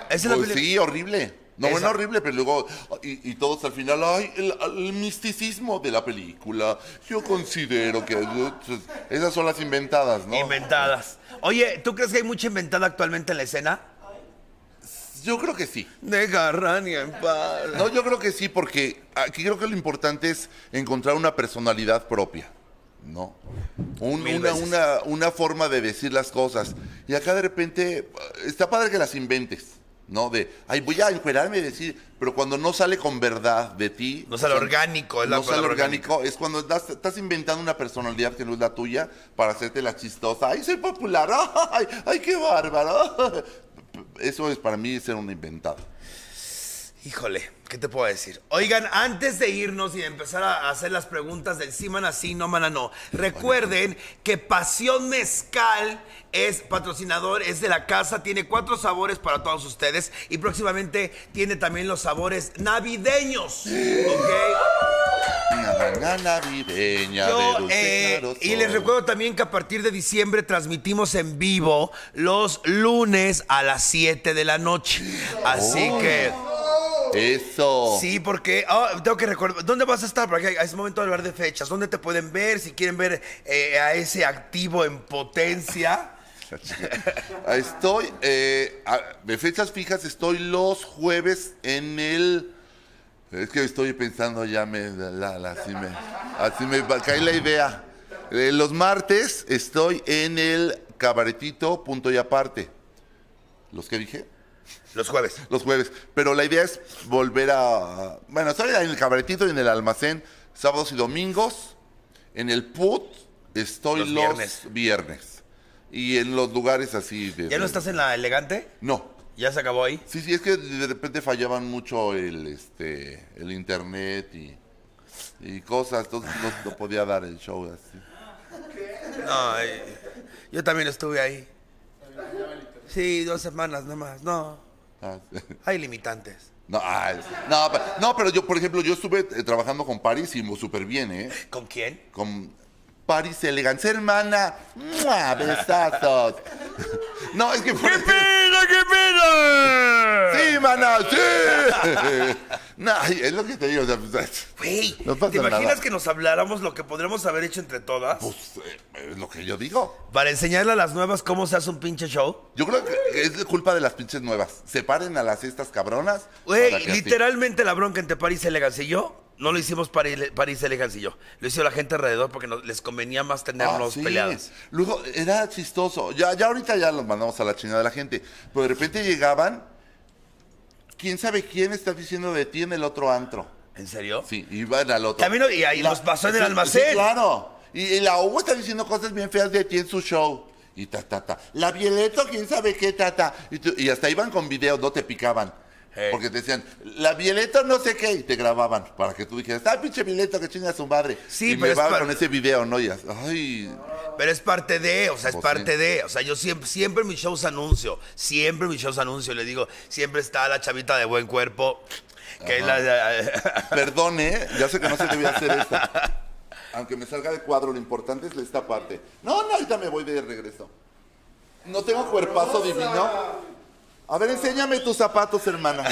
Esa es la
Pues
peli-
sí, horrible. No,
Esa.
bueno, horrible, pero luego... Y, y todos al final, ay, el, el misticismo de la película. Yo considero que... pues, Esas son las inventadas, ¿no?
Inventadas. Oye, ¿tú crees que hay mucha inventada actualmente en la escena?
Yo creo que sí.
De Garrania en paz.
No, yo creo que sí, porque aquí creo que lo importante es encontrar una personalidad propia, ¿no? Un-
Mil
una,
veces.
una- una forma de decir las cosas. Y acá de repente, está padre que las inventes, ¿no? De, ay, voy a encuerarme y decir, pero cuando no sale con verdad de ti.
No sale
o sea,
orgánico, es la
No sale
palabra
orgánico, es cuando das- estás inventando una personalidad que no es la tuya para hacerte la chistosa. Ay, soy popular, ay, ay, qué bárbaro. Eso es para mí ser un inventado.
Híjole, ¿qué te puedo decir? Oigan, antes de irnos y de empezar a hacer las preguntas del sí, mana, sí, no, mana, no, recuerden que Pasión Mezcal es patrocinador, es de la casa, tiene cuatro sabores para todos ustedes y próximamente tiene también los sabores navideños, ¿ok?
Una mañana navideña
Yo,
de dulce
eh,
clarosol.
y les recuerdo también que a partir de diciembre transmitimos en vivo los lunes a las 7 de la noche. Así
Oh.
que...
Eso.
Sí, porque ah, tengo que recordar. ¿Dónde vas a estar? Porque es momento de hablar de fechas. ¿Dónde te pueden ver? Si quieren ver eh, a ese activo en potencia.
Estoy, eh, a- de fechas fijas, estoy los jueves en el... Es que estoy pensando ya, me, la- la- así, me, así me va- cae la idea. Eh, los martes estoy en el cabaretito, punto y aparte. ¿Los que dije?
Los jueves.
Los jueves. Pero la idea es volver a... Bueno, estoy en el cabaretito y en el almacén, sábados y domingos. En el put estoy
Los
los,
viernes.
viernes. Y en los lugares así de...
¿Ya no estás en la elegante?
No.
¿Ya se acabó ahí?
Sí, sí, es que de repente fallaban mucho el, este, el internet y, y cosas, entonces no, no podía dar el show así.
No, eh, yo también estuve ahí. Sí, dos semanas nada más. No,
Ah, sí.
hay limitantes.
No, ay, no, pero, no, pero yo, por ejemplo, yo estuve eh, trabajando con Paris y mo- súper bien, ¿eh?
¿Con quién?
Con Paris Elegancia, hermana. ¡Mua! Besazos. No, es que... por ejemplo-
pena, qué pena!
Sí, mana, sí. No, ay, es lo que te digo. o sea, pues,
Güey,
No pasa
¿te imaginas
nada.
que nos habláramos lo que podríamos haber hecho entre todas?
pues, eh, es lo que yo digo.
Para enseñarle a las nuevas cómo se hace un pinche show.
Yo creo que es culpa de las pinches nuevas. Separen a las estas cabronas. para
Güey,
que así-
literalmente la bronca entre París Elegance y yo, no lo hicimos París, París Elegance y yo. Lo hizo la gente alrededor porque nos- les convenía más
Ah,
tenernos
sí.
peleados.
Luego era chistoso. Ya, ya ahorita ya los mandamos a la chingada de la gente. Pero de repente llegaban. ¿Quién sabe quién está diciendo de ti en el otro antro?
¿En serio?
Sí, iban al otro.
También, y ahí los pasó en el
Sí,
almacén.
sí, claro. Y, y la Hugo está diciendo cosas bien feas de ti en su show. Y ta, ta, ta. La Violeto, quién sabe qué, ta, ta. Y, tú- y hasta iban con videos, no te picaban.
Hey.
Porque te decían, la Violeta no sé qué, y te grababan para que tú dijeras, ah, pinche Violeto, que chinga a su madre.
Sí,
y
pero
me
es
va
para-
con ese video, ¿no? Y as- ay,
Pero es parte de, o sea, es
Pues
parte
sí.
de. O sea, yo siempre, siempre en mis shows anuncio, siempre en mis shows anuncio, le digo, siempre está la chavita de buen cuerpo, que es la...
perdone, ya sé que no se debía hacer esto. Aunque me salga de cuadro, lo importante es esta parte. No, no, ahorita me voy de regreso. No tengo cuerpazo divino. A ver, enséñame tus zapatos, hermana.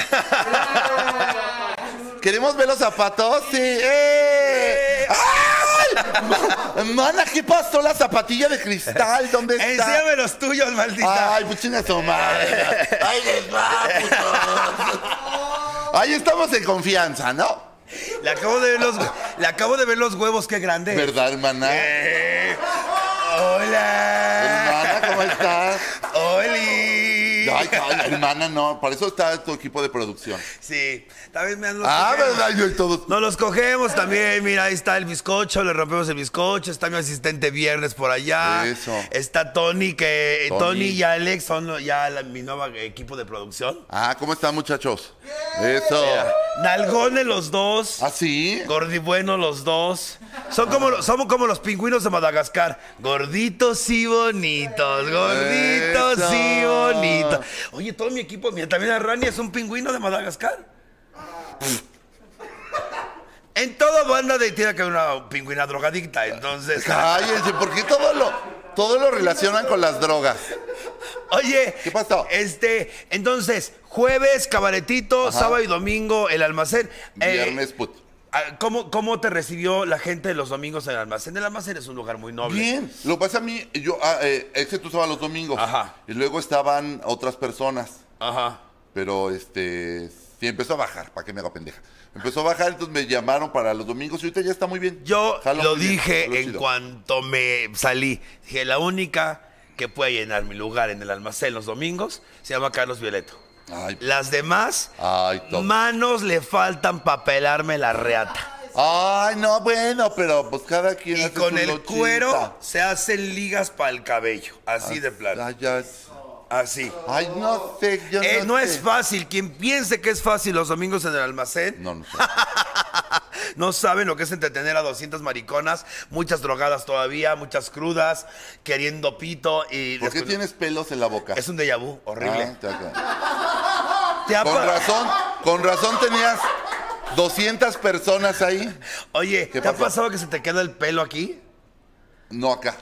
¿Queremos ver los zapatos? Sí. ¡Eh! ¡Ay! Hermana, ¿qué pasó? La zapatilla de cristal, ¿dónde está?
Enséñame los tuyos, maldita.
Ay, pues chinga su madre. Ay, les va, putos. Ahí estamos en confianza, ¿no?
Le, acabo de ver los, le acabo de ver los huevos, qué grande.
¿Verdad, hermana?
Eh, hola.
Hermana, ¿cómo estás?
¡Oli!
Ay, ay, hermana, no. Para eso está tu equipo de producción.
Sí, también me han los
Ah,
cogemos.
¿verdad? Yo y todos.
Nos los cogemos también, mira, ahí está el bizcocho, le rompemos el bizcocho, está mi asistente viernes por allá.
Eso.
Está Tony, que eh, Tony,
Tony.
y Alex son ya la- mi nuevo equipo de producción.
Ah, ¿cómo están, muchachos? Eso.
Nalgones los dos,
¿Ah, sí?
gordibueno los dos. Son como, los- somos como los pingüinos de Madagascar, gorditos y bonitos, gorditos y
Eso.
bonitos. Oye, todo mi equipo, mira, también a Rani es un pingüino de Madagascar. En toda banda de tiene que haber una pingüina drogadicta, entonces.
Cállense, ¿por qué todo lo, todo lo relacionan con las drogas?
Oye,
¿Qué pasó?
Este, entonces, jueves, cabaretito,
Ajá.
sábado y domingo, el almacén. Eh,
Viernes, put.
ah, ¿Cómo, ¿Cómo te recibió la gente los domingos en el almacén? El almacén es un lugar muy noble.
Bien. Lo que pasa a mí, yo, ah, eh, es que tú estabas los domingos.
Ajá.
Y luego estaban otras personas.
Ajá.
Pero este. Sí, empezó a bajar, ¿para qué me hago pendeja? Empezó a bajar, entonces me llamaron para los domingos y ahorita ya está muy bien.
Yo
Jalo
lo
muy bien,
dije
jalo
en
chido.
cuanto me salí. Dije, la única que puede llenar mi lugar en el almacén los domingos se llama Carlos Violeto.
Ay,
Las demás
Ay, Tom.
manos le faltan para pelarme la reata.
Ay, no, bueno, pero pues cada quien
Y
hace
con
su
el
luchita.
cuero se hacen ligas para el cabello. Así de plano.
Ay, ya es-
Así.
Ay, no sé, yo
Eh, no
sé.
es fácil. Quien piense que es fácil los domingos en el almacén,
No, no sé.
no saben lo que es entretener a 200 mariconas, muchas drogadas todavía, muchas crudas, queriendo pito y...
¿Por qué
descono-
tienes pelos en la boca?
Es un déjà vu horrible.
Ah, ya, ya.
Te ha
Con
pa-
razón, con razón tenías 200 personas ahí.
Oye, ¿te
¿Qué
ha
pasó?
pasado que se te queda el pelo aquí?
No acá.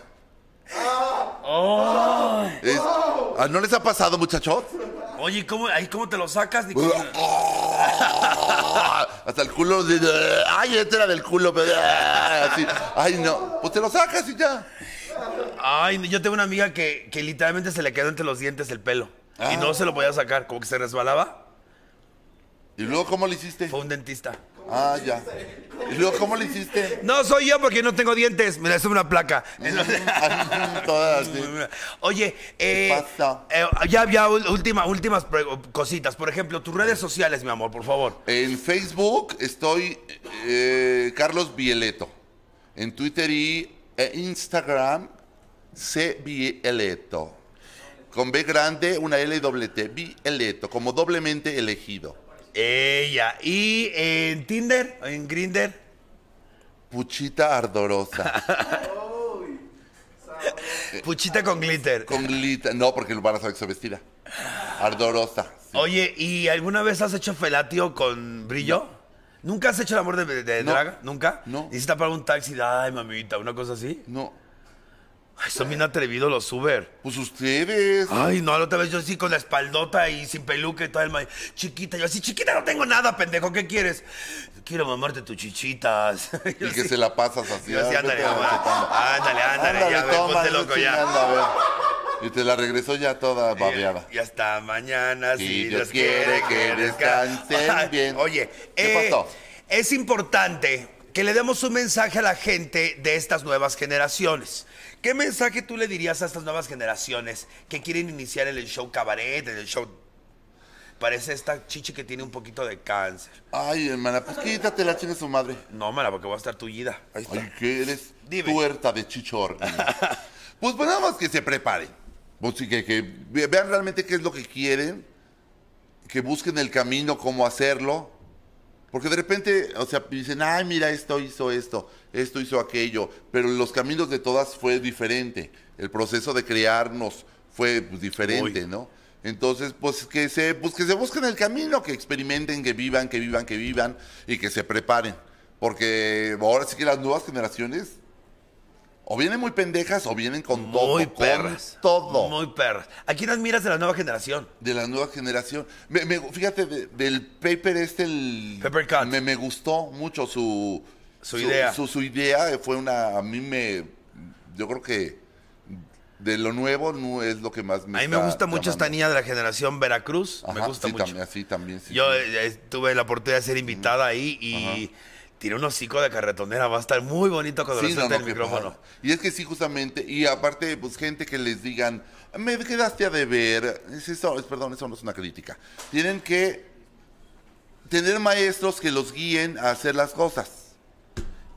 Es- Ah, ¿No les ha pasado, muchachos?
Oye, ¿cómo, ahí cómo te lo sacas? Ni cómo-
Pues, Hasta el culo de... Ay, este era del culo. pero- ah, Así. Ay, no. Pues te lo sacas y ya.
Ay, yo tengo una amiga que, que literalmente se le quedó entre los dientes el pelo. Y
Ah.
no se lo podía sacar, como que se resbalaba.
¿Y luego cómo le hiciste?
Fue un dentista.
Ah, ya. ¿Y luego cómo le hiciste?
No soy yo porque no tengo dientes. Mira, es una placa.
Todas así.
Oye, eh,
¿Qué pasa?
eh, ya, ya, ul- última, últimas pre- cositas. Por ejemplo, tus redes sociales, mi amor, por favor.
En Facebook estoy eh, Carlos Bieleto. En Twitter y e Instagram, C. Bieleto. Con B grande, una L doble T. Bieleto, como doblemente elegido.
Ella. ¿Y en Tinder? ¿En Grinder?
Puchita ardorosa.
Puchita con glitter.
Con glita. No, porque lo van a saber que soy vestida. Ardorosa. sí.
Oye, ¿y alguna vez has hecho felatio con brillo? ¿Nunca has hecho el amor de, de- de
No.
draga? ¿Nunca?
No.
¿Hiciste para un taxi? Ay, mamita, una cosa así.
No.
Ay, son bien atrevidos los Uber.
Pues ustedes.
Ay, no, la otra vez yo sí con la espaldota y sin peluca y todo el ma- Chiquita, yo así, chiquita, no tengo nada, pendejo, ¿qué quieres? Quiero mamarte tus chichitas. Yo
Y que
así-
se la pasas así.
yo así,
ah,
ándale,
vete a la
mamá.
chetona.
Ándale, ándale, ya, ve,
toma,
ponte
no
loco
estoy
ya.
chingando, a ver. Y te la regresó ya toda babeada.
Y hasta mañana, si,
Si Dios
Dios quiere
quiere
que
que
descan-
descansen
Ay,
bien.
Oye,
¿Qué
eh,
pasó?
es importante que le demos un mensaje a la gente de estas nuevas generaciones. ¿Qué mensaje tú le dirías a estas nuevas generaciones que quieren iniciar en el show cabaret, en el show... Parece esta chichi que tiene un poquito de cáncer.
Ay, hermana, pues quítate la chinga su madre.
No, mala, porque va a estar tullida. Ahí está.
Ay, que eres
Dime.
tuerta de chichor. pues pues nada más que se preparen. Pues sí, que, que ve- vean realmente qué es lo que quieren, que busquen el camino, cómo hacerlo. Porque de repente, o sea, dicen, ay, mira, esto hizo esto, esto hizo aquello, pero los caminos de todas fue diferente. El proceso de crearnos fue pues, diferente,
Uy.
¿no? Entonces, pues que, se, pues que se busquen el camino, que experimenten, que vivan, que vivan, que vivan y que se preparen. Porque ahora sí que las nuevas generaciones o vienen muy pendejas o vienen con todo.
Muy
con
perras.
todo
Muy perras. ¿A quién admiras de la nueva generación?
de la nueva generación. Me, me- fíjate, de- del paper este, el...
Paper Cut.
Me, me gustó mucho su...
Su idea.
Su, su idea eh, fue una... A mí me... Yo creo que de lo nuevo no es lo que más me
A mí me
está
gusta mucho esta
llamando.
niña de la generación Veracruz. me
Ajá,
gusta
sí,
mucho.
También, así también, sí.
Yo
sí.
eh, eh, tuve la oportunidad de ser invitada ahí y tiré un hocico de carretonera. Va a estar muy bonito cuando
Sí,
lo
no,
suelte
no,
el
qué
micrófono.
padre. Y es que sí, justamente, y aparte, pues gente que les digan, me quedaste a deber, es eso, es- perdón, eso no es una crítica. Tienen que tener maestros que los guíen a hacer las cosas.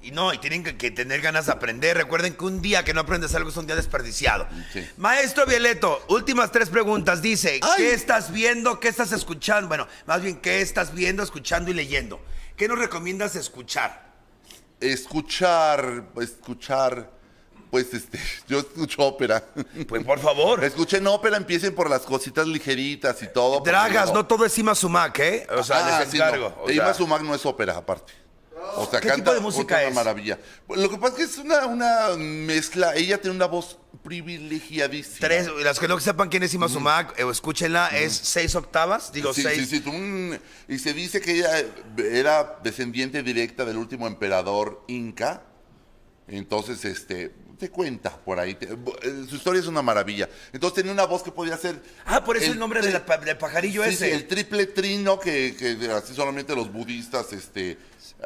Y no, y tienen que, que tener ganas de aprender. Recuerden que un día que no aprendes algo es un día desperdiciado.
Sí.
Maestro Violeto, últimas tres preguntas. Dice,
Ay.
¿qué estás viendo? ¿Qué estás escuchando? Bueno, más bien, ¿qué estás viendo, escuchando y leyendo? ¿Qué nos recomiendas escuchar?
Escuchar, escuchar, pues este, yo escucho ópera.
Pues por favor.
Escuchen ópera, empiecen por las cositas ligeritas y todo. porque
Dragas,
luego-
no todo es Ima Sumac, ¿eh? O sea,
Ah,
les
sí, no.
encargo. o
E
sea.
Ima Sumac no es ópera, aparte. O sea,
¿Qué
canta
tipo de música
otra
es?
maravilla. Lo que pasa es que es una, una mezcla. Ella tiene una voz privilegiadísima.
Tres, las que no sepan quién es Ima Sumac, eh, escúchenla, es seis octavas, digo
Sí,
seis.
sí, sí, tú, mm, y se dice que ella era descendiente directa del último emperador inca. Entonces, este, te cuenta por ahí. te- eh, su historia es una maravilla. Entonces tenía una voz que podía ser...
Ah, por eso el, nombre de la pa- del pajarillo
Sí,
ese.
sí, el triple trino que, que así solamente los budistas, este,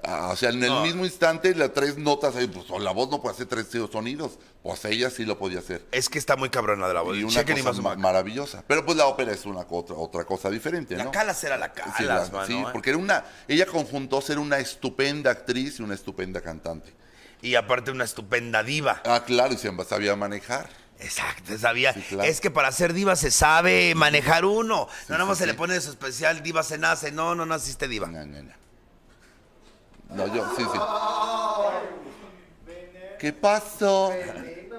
ah, o sea, en el
No.
mismo instante las tres notas, ahí, pues la voz no puede hacer tres sonidos, pues ella sí lo podía hacer.
Es que está muy cabrona de la voz.
Y una
Chequen Ima
cosa ma-
Sumac.
maravillosa. Pero pues la ópera es una co- otra, otra cosa diferente,
La
¿no?
calas era la calas,
Sí, la-
mano,
sí,
¿eh?
porque era una, ella conjuntó ser una estupenda actriz y una estupenda cantante.
Y aparte una estupenda diva.
Ah, claro, y se sabía manejar.
Exacto, sabía.
Sí, claro.
Es que para ser diva se sabe manejar uno. no, nada más se le pone su especial, diva se nace. No, no naciste diva.
No, no, no. No, yo, sí, sí. ¿Qué pasó?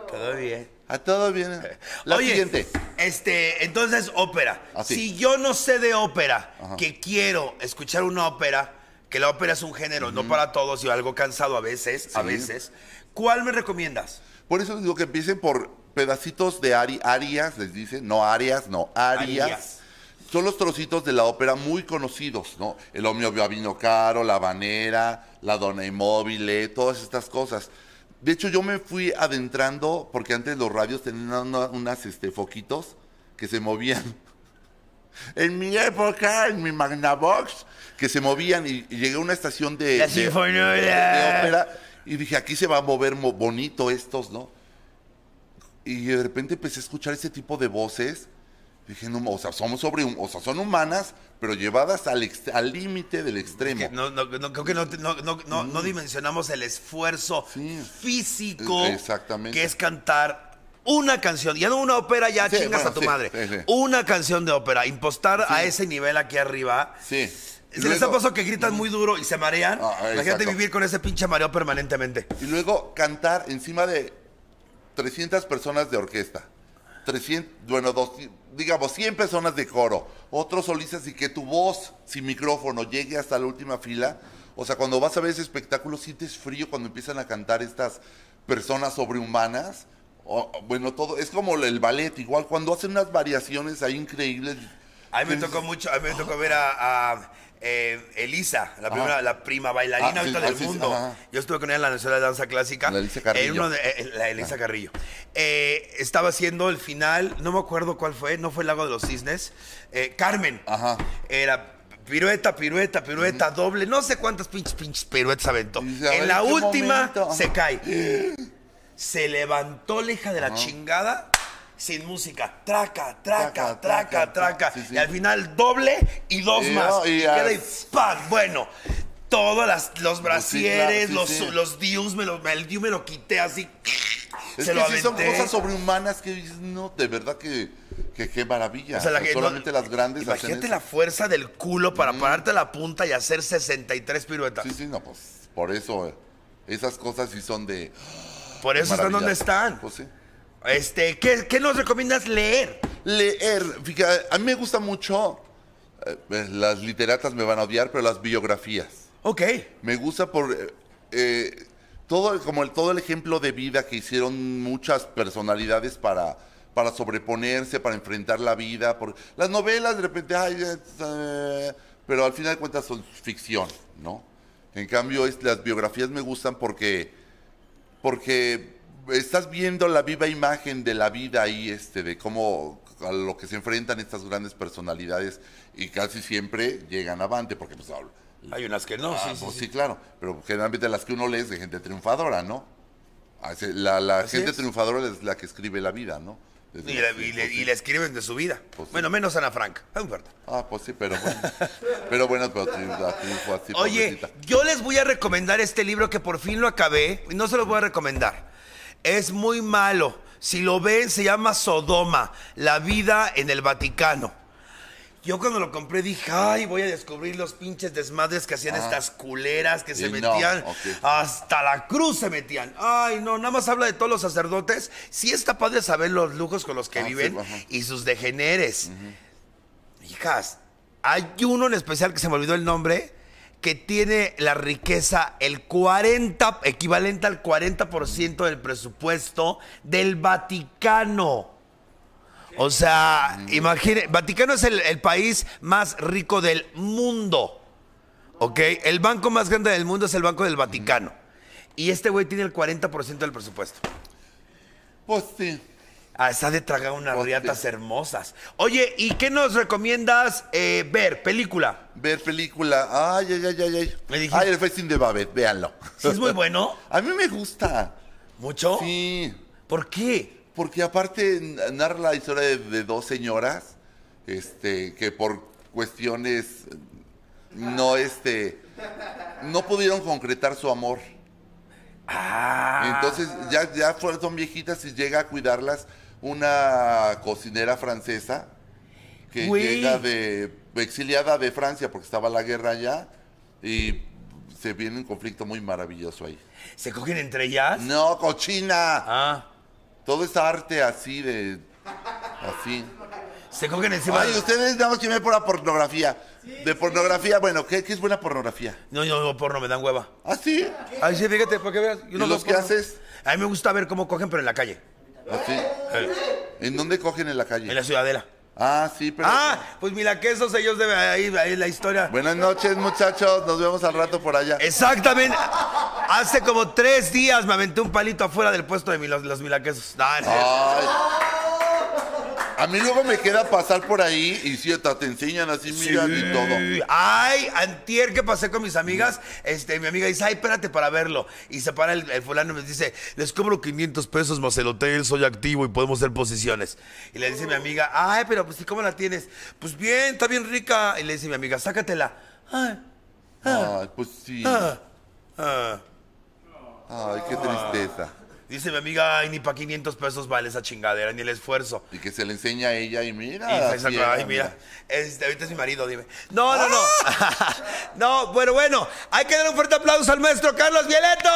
Todo bien.
A todo viene. La
Oye,
siguiente.
Este, entonces, ópera.
Así.
Si yo no sé de ópera,
Ajá.
que quiero escuchar una ópera, que la ópera es un género, no para todos y algo cansado a veces, a
Sí.
veces, ¿cuál me recomiendas?
Por eso digo que empiecen por pedacitos de ari- arias, les dicen, no arias, no arias.
Arias.
Son los trocitos de la ópera muy conocidos, ¿no? El Omio Vino Caro, La Habanera, La Donna Immobile, todas estas cosas. De hecho, yo me fui adentrando, porque antes los radios tenían una- unas este, foquitos que se movían. En mi época, en mi Magnavox, que se movían y, y llegué a una estación Eh, de...
La
de-
sinfonía.
de- de ópera, y dije, aquí se va a mover mo- bonito estos, ¿no? Y de repente empecé a escuchar ese tipo de voces. Dije, no, o sea, somos sobre, o sea, son humanas, pero llevadas al ex- al límite del extremo.
Que no, no- no- creo que no, no- no- no- no dimensionamos el esfuerzo
Sí.
físico
Eh, exactamente.
que es cantar una canción. Ya no una ópera, ya
Sí,
chingas
bueno,
a tu
sí,
madre.
sí, sí.
Una canción de ópera. Impostar a ese nivel aquí arriba.
Sí. Y
Se les ha
luego-
pasado que gritan muy duro y se marean.
Ah, ah,
Imagínate
exacto.
vivir con ese pinche mareo permanentemente.
Y luego cantar encima de 300 personas de orquesta. 300, bueno, dos, digamos 100 personas de coro. Otros solistas y que tu voz sin micrófono llegue hasta la última fila. O sea, cuando vas a ver ese espectáculo sientes frío cuando empiezan a cantar estas personas sobrehumanas. O- o, bueno, todo es como el ballet, igual cuando hacen unas variaciones ahí increíbles.
A mí me
Sí,
tocó mucho, a mí me tocó ver a, a, eh, Elisa, la primera, la prima bailarina
Ah, sí,
ahorita
ah,
del
sí, sí,
mundo.
ajá.
Yo estuve con ella en la Nacional de Danza Clásica.
La Elisa
En
Carrillo. Ah.
uno de- eh, la Elisa Carrillo. Eh, estaba haciendo el final, no me acuerdo cuál fue, no fue el Lago de los Cisnes. Eh, Carmen.
Ajá.
Era pirueta, pirueta, pirueta, doble, no sé cuántas pinches, pinches piruetas aventó.
Y dice, a
en
ver,
la
¿en qué
última
momento?
se cae. Se levantó la hija de la chingada sin música. Traca, traca,
Traca,
traca,
traca,
traca.
sí, sí.
Y al final doble y dos
Y
más.
no, y
y queda y
as-
¡pam! Bueno. Todos las- los brasieres,
Pues sí,
los,
sí.
los dius, me lo, el diu me lo quité así.
Es
se
que
lo
sí son
aventé.
cosas sobrehumanas que dices, no, de verdad que, que qué maravilla.
O sea, la que-
solamente
no,
las grandes hacen
Imagínate
eso.
la fuerza del culo para pararte a la punta y hacer 63 piruetas.
Sí, sí, no, pues por eso eh, esas cosas sí son de.
Por eso están donde
maravillas.
están.
Pues sí.
Este, ¿qué, qué nos recomiendas leer?
Leer, fíjate, a mí me gusta mucho, eh, eh, las literatas me van a odiar, pero las biografías.
Ok.
Me gusta por eh, eh, todo, el- como el, todo el ejemplo de vida que hicieron muchas personalidades para, para sobreponerse, para enfrentar la vida. por- las novelas de repente, ay, eh, eh, pero al final de cuentas son ficción, ¿no? En cambio, es- las biografías me gustan porque, porque estás viendo la viva imagen de la vida ahí, este, de cómo a lo que se enfrentan estas grandes personalidades y casi siempre llegan avante, porque pues hablo.
Hay unas que no,
Ah, pues sí, claro. Pero generalmente las que uno lee es de gente triunfadora, ¿no? Ah, se- La, la
Así
gente
es.
triunfadora es la que escribe la vida, ¿no? Es
Y
la-
le,
sí,
y le-
pues sí.
y le escriben de su vida.
Pues sí.
bueno, menos Ana Frank. No importa.
Ah, pues sí, pero bueno. pero bueno, pero tri- la triunfo así,
Oye,
pobrecita.
yo les voy a recomendar este libro que por fin lo acabé. Y no se los voy a recomendar. Es muy malo. Si lo ven, se llama Sodoma, la vida en el Vaticano. Yo cuando lo compré dije, ay, voy a descubrir los pinches desmadres que hacían
Ah.
estas culeras que se
Y no,
metían
ok.
hasta la cruz se metían. Ay, no, nada más habla de todos los sacerdotes. Sí está padre saber los lujos con los que
Ah, sí,
viven
ajá.
y sus degeneres. Hijas, hay uno en especial que se me olvidó el nombre que tiene la riqueza el 40 equivalente al 40% del presupuesto del Vaticano. O sea,
Mm.
imagine, Vaticano es el, el país más rico del mundo. ¿Ok? El banco más grande del mundo es el Banco del Vaticano. Y este güey tiene el 40% del presupuesto.
Pues sí.
Ah, está de tragar unas
Hostia.
riatas hermosas. Oye, ¿y qué nos recomiendas eh, ver? Película.
Ver película. Ay, ay, ay, ay. ay.
Me dije-
Ay, el festín de Babette, véanlo.
¿Sí es muy bueno?
A mí me gusta.
¿Mucho?
Sí.
¿Por qué?
Porque aparte n- narra la historia de, de dos señoras, este, que por cuestiones eh, no, este, no pudieron concretar su amor.
Ah.
Entonces ya, ya fueron son viejitas y llega a cuidarlas una cocinera francesa que
Güey.
llega de exiliada de Francia porque estaba la guerra allá y se viene un conflicto muy maravilloso ahí.
¿Se cogen entre ellas?
No, cochina.
Ah.
Todo es arte así de así.
¿Se cogen encima
Ay,
de-
ustedes nada más que ven pura pornografía. De pornografía, bueno, ¿qué, qué es buena pornografía?
No, yo no veo porno, me dan hueva.
¿Ah, sí?
Ay, sí, fíjate, porque veas. yo
¿Y
no veo
los que
porno.
haces?
A mí me gusta ver cómo cogen, pero en la calle.
Así. Eh, ¿En dónde cogen en la
En
calle?
la ciudadela.
Ah, sí, pero...
Ah, pues mira, que esos ellos deben. Ahí, ahí la historia.
Buenas noches, muchachos. Nos vemos al rato por allá.
Exactamente. Hace como tres días me aventé un palito afuera del puesto de mi- los, los milaquesos. No, no,
Ay. A mí luego me queda pasar por ahí y sí, hasta te enseñan así, miran y todo.
Ay, antier que pasé con mis amigas, este, mi amiga dice, ay, espérate para verlo. Y se para el, el fulano y me dice, les cobro 500 pesos más el hotel, soy activo y podemos hacer posiciones. Y le dice mi amiga, ay, pero pues, ¿y cómo la tienes? Pues bien, está bien rica. Y le dice mi amiga, sácatela. Ay,
Ay, pues sí.
ah, ah.
Ay, qué tristeza.
Dice mi amiga, ay, ni para 500 pesos vale esa chingadera, ni el esfuerzo.
Y que se le enseña a ella y mira.
Y se
así
sacó,
era,
ay, mira, este, ahorita es mi marido, dime. No, no, no. no, bueno, bueno, hay que dar un fuerte aplauso al maestro Carlos Violeto.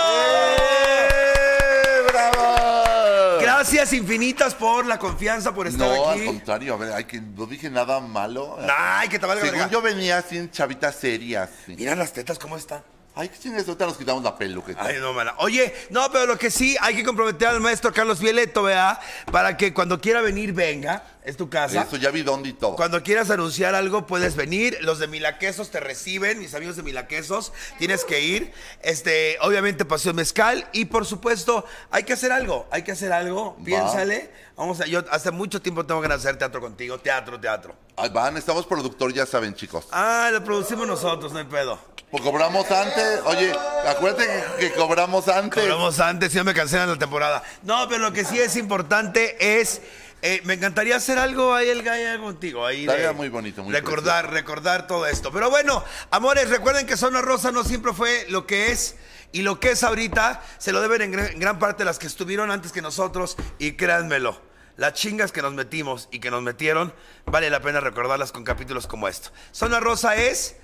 ¡Eh, ¡Bravo!
Gracias infinitas por la confianza, por estar
No, al
aquí.
contrario, a ver, ay, que no dije nada malo.
Ay, que te valga
Según
verga.
yo venía así en chavita seria, así.
Mira las tetas, ¿cómo están?
Ay, qué chingas, ahorita nos quitamos la peluca. y todo.
Ay, no, mana. Oye, no, pero lo que sí, hay que comprometer al maestro Carlos Violeto, ¿verdad? Para que cuando quiera venir, venga. Es tu casa.
Eso, ya vi dónde y todo.
Cuando quieras anunciar algo, puedes venir. Los de Milaquesos te reciben, mis amigos de Milaquesos. Tienes que ir. Este, obviamente, Pasión Mezcal. Y por supuesto, hay que hacer algo. Hay que hacer algo. Piénsale. Vamos a, yo hace mucho tiempo tengo ganas de hacer teatro contigo. Teatro, teatro.
Ay, van, estamos productor, ya saben, chicos.
Ah, lo producimos nosotros, no hay pedo.
Pues cobramos antes. Oye, acuérdate que, que cobramos antes.
Cobramos antes, si no me cancelan la temporada. No, pero lo que sí es importante es. eh, me encantaría hacer algo ahí el Gaia contigo. Ahí
Estaría muy bonito, muy
Recordar, recordar todo esto. Pero bueno, amores, recuerden que Zona Rosa no siempre fue lo que es. Y lo que es ahorita se lo deben en gran- en gran parte las que estuvieron antes que nosotros. Y créanmelo, las chingas que nos metimos y que nos metieron, vale la pena recordarlas con capítulos como esto. Zona Rosa es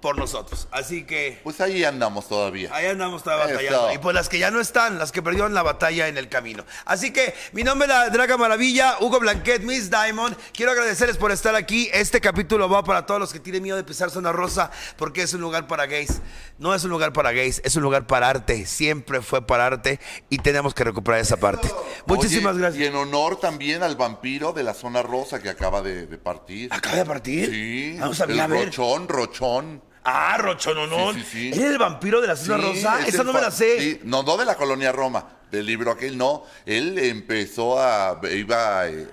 por nosotros. Así que.
Pues ahí andamos todavía.
Ahí andamos estaba batallando.
Eso.
Y pues las que ya no están, las que perdieron la batalla en el camino. Así que mi nombre es la Draga Maravilla, Hugo Blanquet, Miss Diamond. Quiero agradecerles por estar aquí. Este capítulo va para todos los que tienen miedo de pisar Zona Rosa, porque es un lugar para gays. No es un lugar para gays, es un lugar para arte. Siempre fue para arte y tenemos que recuperar esa parte. Muchísimas
Oye,
gracias.
Y en honor también al vampiro de la zona rosa que acaba de, de partir.
¿Acaba de partir?
Sí.
Vamos a ver,
el
a ver.
Rochón, Rochón.
Ah, Rochononón.
Sí, sí, sí.
¿Eres el vampiro de la Zona
Sí,
Rosa?
es
Esa
el
no me
fa-
la sé.
sí, no, no de la colonia Roma, del libro aquel, no. Él empezó a. iba. eh,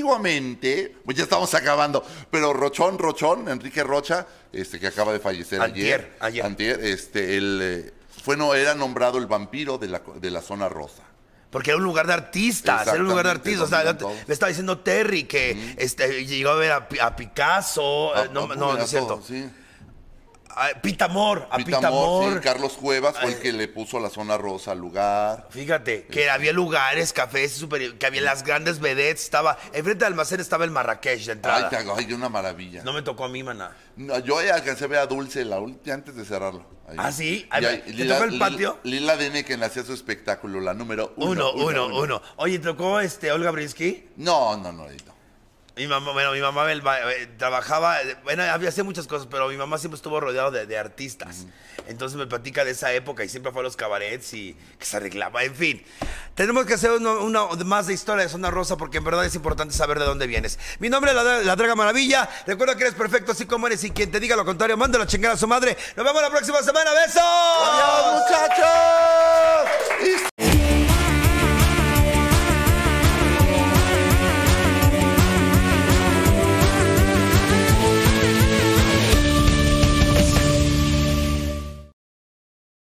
antiguamente, pues ya estamos acabando, pero Rochón, Rochón, Enrique Rocha, este que acaba de fallecer
Antier,
ayer.
ayer.
Antier, este, él. eh, fue, no, era nombrado el vampiro de la, co- de la zona rosa.
Porque era un lugar de artistas, era un lugar de artistas. O sea,
Exactamente, dominan todo.
le estaba diciendo Terry que este, llegó a ver a, Pi- a Picasso. eh, no,
Ah,
no,
ah,
no
mira,
es cierto.
todo, sí.
A Pitamor, a
Pitamor, sí,
Pitamor.
Carlos Cuevas fue el que le puso la zona rosa al lugar.
Fíjate, que había lugares, cafés, super- que había las grandes vedettes. Estaba, enfrente del almacén estaba el Marrakech de
Ay,
entrada.
te hago- ay, una maravilla.
No me tocó a mí, maná.
No, yo ya alcancé a ver a Dulce la ulti- antes de cerrarlo. Ahí.
¿Ah, sí?
Y ahí,
¿Te tocó el
Lila-
patio?
Lila Dene, que hacía su espectáculo, la número uno.
Uno, uno, uno. Oye, tocó este Olga Brinsky.
No, no, no, ahí no.
Mi mamá, bueno, mi mamá el ba- eh, trabajaba, eh, bueno, había hacía muchas cosas, pero mi mamá siempre estuvo rodeada de, de artistas. Entonces me platica de esa época y siempre fue a los cabarets y que se arreglaba. En fin, tenemos que hacer uno- una, más de historia de Zona Rosa porque en verdad es importante saber de dónde vienes. Mi nombre es La, la Draga Maravilla. Recuerda que eres perfecto así como eres y quien te diga lo contrario, mándalo a chingar a su madre. Nos vemos la próxima semana. ¡Besos!
¡Adiós, muchachos! ¡Y